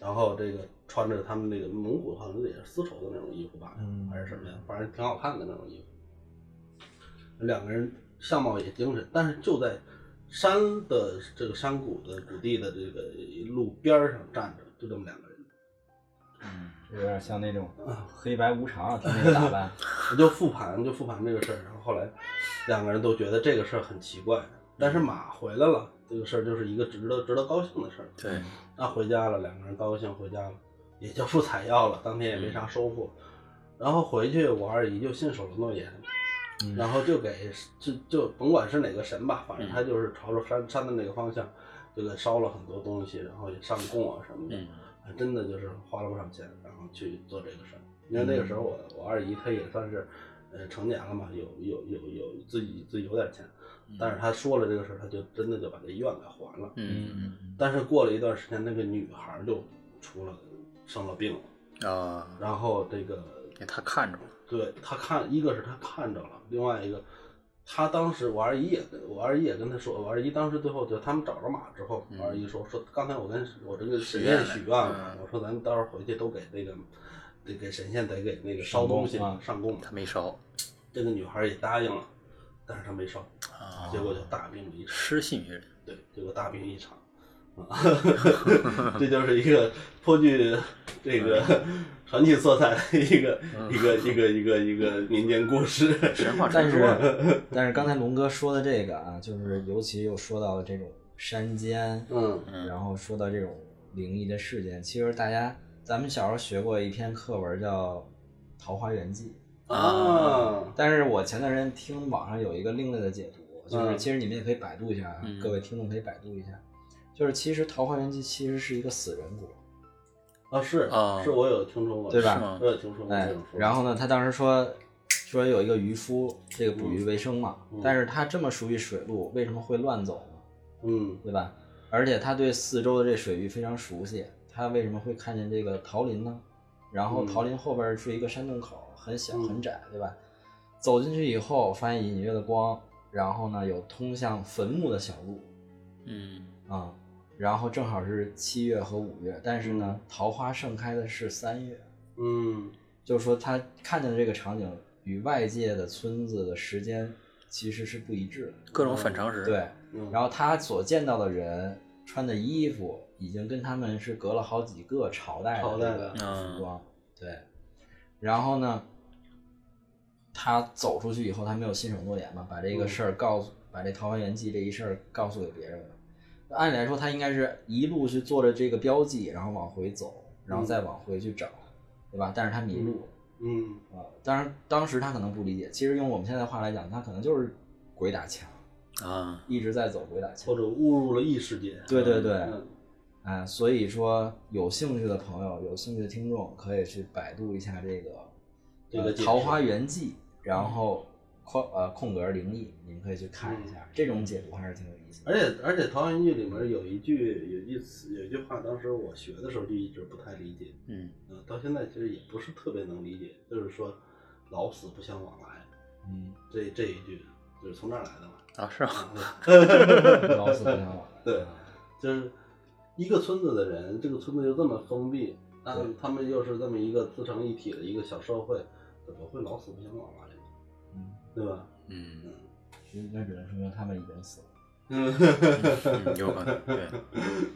B: 然后这个穿着他们那个蒙古好像也是丝绸的那种衣服吧，
C: 嗯
B: 还是什么呀，反正挺好看的那种衣服。两个人相貌也精神，但是就在山的这个山谷的谷地的这个路边儿上站着，就这么两个人，
A: 嗯，
D: 有点像那种
C: 嗯
B: 啊
D: 黑白无常，他那个打扮，
B: 我就复盘，就复盘这个事儿。然后后来两个人都觉得这个事儿很奇怪，但是马回来了，这个事儿就是一个值得值得高兴的事儿。
A: 对，
B: 那回家了，两个人高兴回家了，也就不采药了，当天也没啥收获。然后回去，我二姨就信守了诺言，
D: 嗯
B: 然后就给就就甭管是哪个神吧，反正他就是朝着山山的那个方向，就给烧了很多东西，然后也上供啊什么的，
A: 嗯
B: 还真的就是花了不少钱，然后去做这个事儿。因为那个时候我我二姨她也算是呃成年了嘛，有有有有自己自己有点钱，但是他说了这个事儿，他就真的就把这医院给还了。
A: 嗯
B: 但是过了一段时间，那个女孩儿就出了生了病了，
A: 啊，
B: 然后这个
A: 给他看着了，
B: 对他看，一个是他看着了，另外一个，他当时我二姨也跟我二姨也跟他说，我二姨当时最后就他们找着马之后，我二姨说说刚才我跟我这个神仙许愿了，
A: 嗯
B: 我说咱们到时候回去都给那个得给神仙得给那个烧东西
D: 上供啊
B: 上供嘛
A: 他，没烧
B: 这个女孩也答应了，但是她没烧，
A: 啊，
B: 结果就大病了一场，
A: 失信于人，
B: 对，结果大病一场。啊， 这就是一个颇具这个传奇色彩的一个、
D: 嗯
B: 一个一个一个一个民间故事。
A: 神话传
D: 但
A: 说，
D: 是但是刚才龙哥说的这个啊，就是尤其又说到了这种山间，
B: 嗯
D: 然后说到这种灵异的事件，其实大家咱们小时候学过一篇课文叫《桃花源记》，
B: 啊，
D: 但是我前段时间听网上有一个另类的解读，就是
B: 嗯
D: 其实你们也可以百度一下，啊
A: 嗯，
D: 各位听众可以百度一下，就是其实《桃花源记》其实是一个死人国，
B: 啊是
A: 啊
B: 是我有听说过，
D: 对吧
A: 是吗
B: 我有听说过
D: 哎
B: 这种，说法。
D: 然后呢，他当时说说有一个渔夫，这个捕鱼为生嘛，
B: 嗯
D: 但是他这么熟悉水路，为什么会乱走呢？
B: 嗯
D: 对吧？而且他对四周的这水域非常熟悉，他为什么会看见这个桃林呢？然后
B: 嗯
D: 桃林后边是一个山洞口，很小很窄，对吧？走进去以后，发现隐约的光，然后呢有通向坟墓的小路
A: 嗯
D: 啊、然后正好是七月和五月，但是呢桃花盛开的是三月，
B: 嗯
D: 就是说他看见的这个场景与外界的村子的时间其实是不一致的。
A: 各种反常识，
D: 对，
B: 嗯，
D: 然后他所见到的人穿的衣服已经跟他们是隔了好几个朝代
B: 朝
D: 的
B: 代
D: 这
B: 的
D: 个
A: 嗯
D: 服装，对。然后呢，他走出去以后，他没有信手诺言嘛，把这个
B: 嗯
D: 事儿告诉，把这《桃花源记》这一事儿告诉给别人了。按理来说，他应该是一路去做着这个标记，然后往回走，然后再往回去找，对吧？但是他迷路了。
B: 嗯
D: 啊，当然，当时他可能不理解。其实用我们现在话来讲，他可能就是鬼打墙，
A: 啊，
D: 一直在走鬼打墙
B: 或。者误入了异世界。
D: 对对对，
B: 嗯
D: 啊，所以说有兴趣的朋友，有兴趣的听众，可以去百度一下这个
B: 这个
D: 呃
B: 解释嗯
D: 桃花源记》，然后空呃空格灵异，你们可以去看一下，这种解读还是挺有
B: 嗯
D: 意思的。
B: 而且而且《桃源记》里面有一句有一词有一句话，当时我学的时候就一直不太理解，
A: 嗯
B: 呃，到现在其实也不是特别能理解，就是说老死不相往来
D: 嗯，
B: 这这一句，就是从这儿来的嘛。
A: 啊是啊，
D: 老死不相往来。啊
B: 对， 就是一个村子的人，这个村子就这么封闭，但
D: 对
B: 他们又是这么一个自成一体的一个小社会，怎么会老死不相往来呢？
D: 嗯，
B: 对吧？
A: 嗯，
D: 那只能说明他们已经死了。
B: 嗯，
A: 嗯有可能对，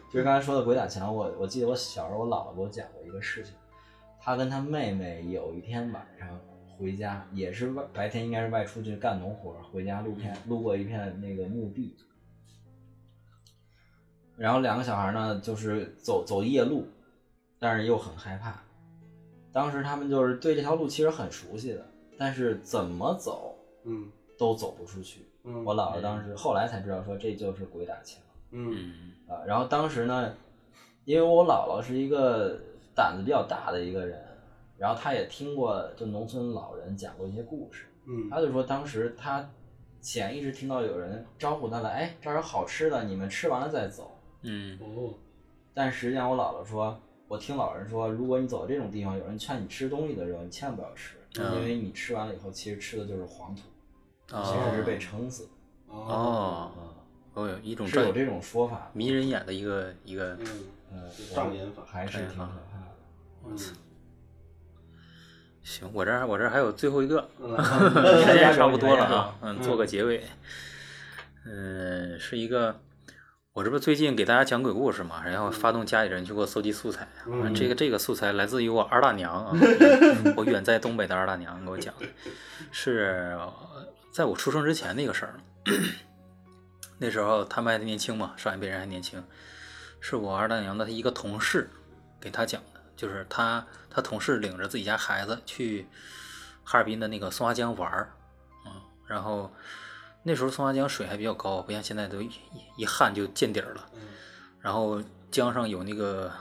D: 其实刚才说的鬼打墙，我我记得我小时候我姥姥给我讲过一个事情，她跟她妹妹有一天晚上回家，也是外白天应该是外出去干农活，回家路片路过一片那个墓地，然后两个小孩呢就是走走夜路，但是又很害怕。当时他们就是对这条路其实很熟悉的，但是怎么走
B: 嗯
D: 都走不出去。
B: 嗯，
D: 我姥姥当时后来才知道说这就是鬼打墙。
B: 嗯
A: 嗯
D: 啊，然后当时呢，因为我姥姥是一个胆子比较大的一个人，然后她也听过就农村老人讲过一些故事，
B: 嗯
D: 她就说当时她潜意识听到有人招呼她来，哎，这儿有好吃的，你们吃完了再走。
A: 嗯
B: 哦，
D: 但实际上我姥姥说，我听老人说，如果你走到这种地方，有人劝你吃东西的时候，你千万不要吃，因为你吃完了以后，其实吃的就是黄土，
A: 啊
D: 其实是被撑死的。
A: 哦，
D: 啊，
A: 我有一种
D: 是有
A: 占
D: 这种说法，
A: 迷人眼的一个一个
B: 嗯，
D: 呃，
B: 障眼法，
D: 还是挺可怕的。
B: 嗯，
A: 行，我这儿我这儿还有最后一个，
B: 嗯
A: 时间差不多了啊，嗯，做个结尾。嗯，是一个，我这不最近给大家讲鬼故事嘛，然后发动家里人去给我搜集素材。啊
B: 嗯
A: 这个这个素材来自于我二大娘 啊，我远在东北的二大娘给我讲的，是呃在我出生之前那个事儿。那时候他们还年轻嘛，上一辈人还年轻，是我二大娘的一个同事给她讲的，就是她她同事领着自己家孩子去哈尔滨的那个松花江玩儿，嗯，然后那时候松花江水还比较高，不像现在都一一一旱就见底儿了。
B: 嗯
A: 然后江上有那个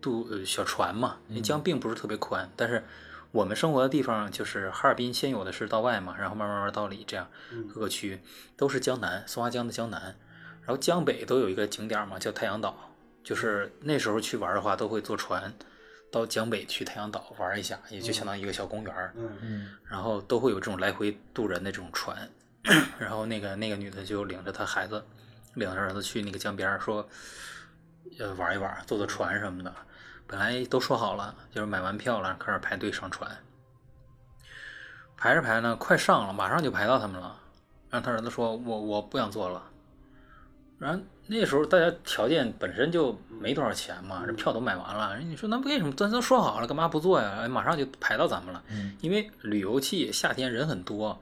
A: 渡呃小船嘛，那江并不是特别宽，但是我们生活的地方就是哈尔滨先有的是道外嘛，然后慢慢慢慢到里，这样各个区都是江南，松花江的江南，然后江北都有一个景点嘛，叫太阳岛，就是那时候去玩的话，都会坐船到江北去太阳岛玩一下，也就相当于一个小公园儿，
B: 嗯
D: 嗯，
A: 然后都会有这种来回渡人的这种船， 然后那个那个女的就领着她孩子，领着儿子去那个江边儿说，呃玩一玩，坐坐船什么的。本来都说好了，就是买完票了，开始排队上船。排着排呢，快上了，马上就排到他们了。然后他儿子说：“我我不想坐了。”然后那时候大家条件本身就没多少钱嘛，这啊票都买完了。你说那为什么咱都说好了，干嘛不坐呀？哎马上就排到咱们了。因为旅游季夏天人很多，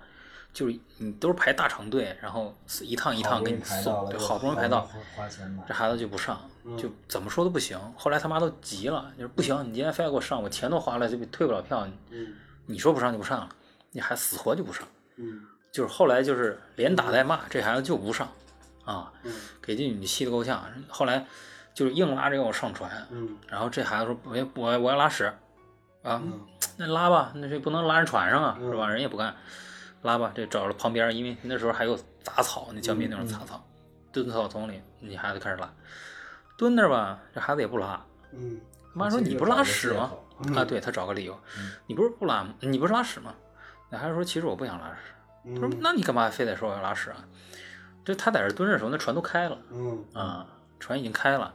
A: 就是你都是排大长队，然后一趟一趟给你送，对，好不容易排到，嗯
D: 花花钱买
A: 这，孩子就不上，就怎么说都不行。后来他妈都急了，就是不行，你今天非要给我上，我钱都花了，就退不了票，
B: 嗯
A: 你说不上就不上了，你还死活就不上。
B: 嗯
A: 就是后来就是连打带骂，这孩子就不上，啊，
B: 嗯
A: 给这女的气得够呛。后来就是硬拉着要我上船，
B: 嗯
A: 然后这孩子说我要我要我要拉屎，啊，
D: 嗯
A: 那拉吧，那这不能拉人船上啊，
B: 嗯
A: 是吧？人也不干，拉吧。这找了旁边，因为那时候还有杂草，那江边
D: 嗯
A: 那种杂草，蹲草丛里，你孩子开始拉，蹲那儿吧，这孩子也不拉。
B: 嗯
A: 妈说
D: 这
A: 你
D: 就
A: 不
D: 找
A: 拉
D: 个
A: 屎
D: 借
A: 吗
D: 口？嗯
A: 啊，对他找个理由，你不是不拉吗，你不是拉屎吗？那孩子说其实我不想拉屎。他说
B: 嗯
A: 那你干嘛非得说我要拉屎啊？这他在这蹲着的时候，那船都开了。
B: 嗯
A: 啊，船已经开了，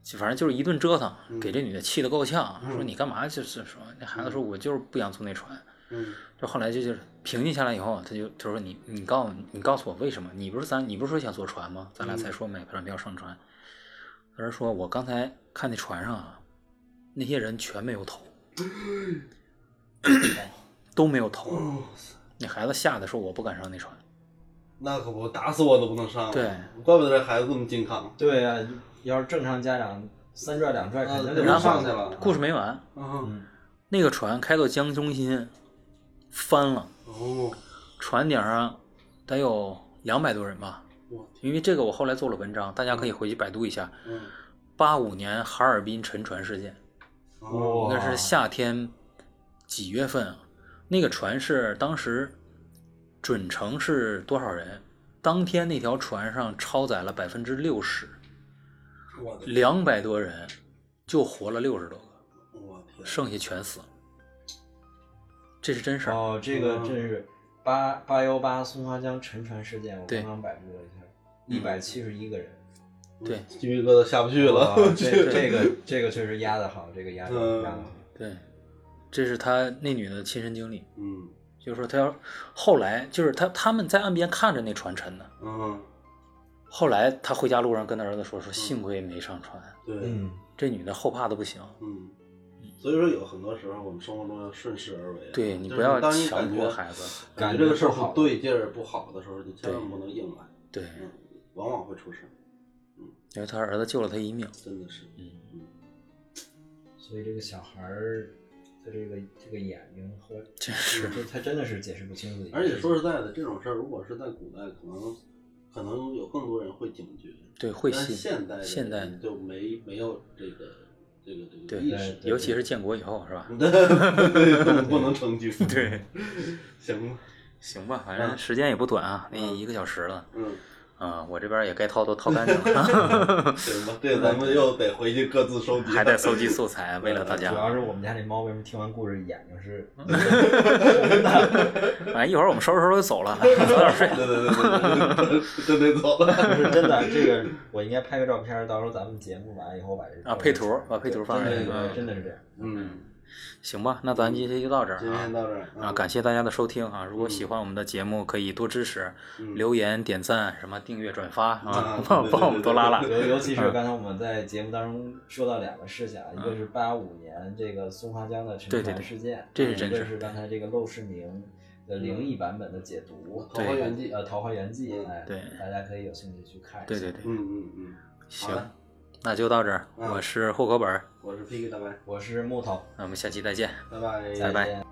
A: 就反正就是一顿折腾，给这女的气得够呛，啊说你干嘛就是说，那孩子说我就是不想坐那船，
B: 嗯
A: 就后来就就是平静下来以后，啊他就他说你你告诉你告诉我为什么？你不是咱你不是说想坐船吗？咱俩才说买船票上船。他说说我刚才看那船上啊，那些人全没有头，都没有头。
B: 嗯哦
A: 那孩子吓得说我不敢上那船。
B: 那可不，打死我都不能上。啊
A: 对，
B: 怪不得这孩子这么健康。
D: 对呀、要是正常家长三拽两拽，肯定就
B: 然后
D: 上
B: 啊上去了
A: 故事没完，
B: 嗯
A: 那个船开到江中心，翻了。
B: 哦，
A: 船顶上得有两百多人吧
B: 我。
A: 因为这个，我后来做了文章，大家可以回去百度一下。
B: 嗯，
A: 八五年哈尔滨沉船事件，
B: 哦，
A: 那是夏天几月份啊？那个船是当时准乘是多少人？当天那条船上超载了百分之六十，
B: 我的
A: 两百多人就活了六十多个，
B: 我天，
A: 剩下全死了。这是真事儿。
D: 哦，这个
B: 嗯
D: 真是八八幺八松花江沉船事件，我
A: 对
D: 刚刚百度了一
B: 嗯
D: 下，一百七十一个人。
A: 对
B: 鸡皮疙瘩下不去了
D: 哇。 这这个这个确实压得好，这个压得
B: 嗯
D: 压得好。
A: 对，这是他那女的亲身经历。
B: 嗯
A: 就是说他要后来就是他他们在岸边看着那船沉呢。
B: 嗯，
A: 后来他回家路上跟他儿子说说幸亏没上船，
B: 对，
D: 嗯，
A: 这女的后怕的不行。
B: 嗯。所以说，有很多时候我们生活中要顺势而为啊。
A: 对你
B: 就
A: 不
B: 是
A: 要
B: 当你
A: 强
B: 感
A: 迫
B: 觉
A: 孩子，嗯
D: 感
B: 感
D: 觉
B: 这个事儿
D: 不好
B: 不对劲儿、不好的时候，你千万不能硬来，
A: 对，
B: 嗯，往往会出事儿，
A: 因为他儿子救了他一命。
B: 真的是。
A: 嗯
B: 嗯
D: 所以这个小孩儿的这个这个眼睛 和
A: 真是，
D: 就他真的是解释不清楚的一个
B: 而
D: 事情。
B: 且说实在的，这种事儿如果是在古代，可能可能有更多人会警觉，
A: 对会
B: 但
A: 信
B: 现代的
A: 现代
B: 人就没没有这个这个这
A: 对
B: 个意识，
D: 对
A: 尤其是建国以后是
B: 嗯
A: 吧？
B: 对，更不 能成精。，
A: 对，
B: 行吧，
A: 行吧，反正时间也不短啊，那
B: 嗯
A: 一个小时了。
B: 嗯，
A: 啊，我这边也该掏都掏干净 了，
B: 行吧，这咱们又得回去各自收集了，
A: 还在搜集素材，为了大
B: 啊
D: 主要
A: 家。
D: 是我们家那猫为什么听完故事眼睛是
A: 哎，一会儿我们收拾收拾就走 了，早点睡
B: 对。对对对对，真得走 了。
D: 不是真的，这个我应该拍个照片儿，到时候咱们节目完以后把这
A: 啊配图把配图放上
D: 对
A: 去
D: 真的
A: 嗯
D: 是真的是这样。
B: 嗯，
A: 行吧，那咱今天就到这儿
B: 今
A: 啊
B: 天。到这儿嗯
A: 啊，感谢大家的收听啊！如果喜欢我们的节目，可以多支持，留言、点赞、什么订阅、转发啊
B: 嗯啊，
A: 帮
B: 对对对
A: 帮我们多拉拉。
D: 尤尤其
A: 啊
D: 是刚才我们在节目当中说到两个事情啊，一个是八五年这个松花江的
A: 对对
D: 沉船
A: 对
D: 事件，啊
A: 这是真
D: 一个
A: 事儿
D: 是刚才这个陋室铭的灵异版本的解读，
B: 嗯桃花源记
D: 呃，《桃花源记》
B: 嗯
D: 哎，
A: 对
D: 大家可以有兴趣去看一下。
A: 对对，对，
B: 嗯嗯嗯，好
A: 行
B: 的，
A: 那就到这儿。
B: 嗯
A: 我是户口本儿，
B: 我是 P K 大白，
D: 我是木头，
A: 那我们下期再见。
B: 拜拜，
A: 拜拜
D: 再见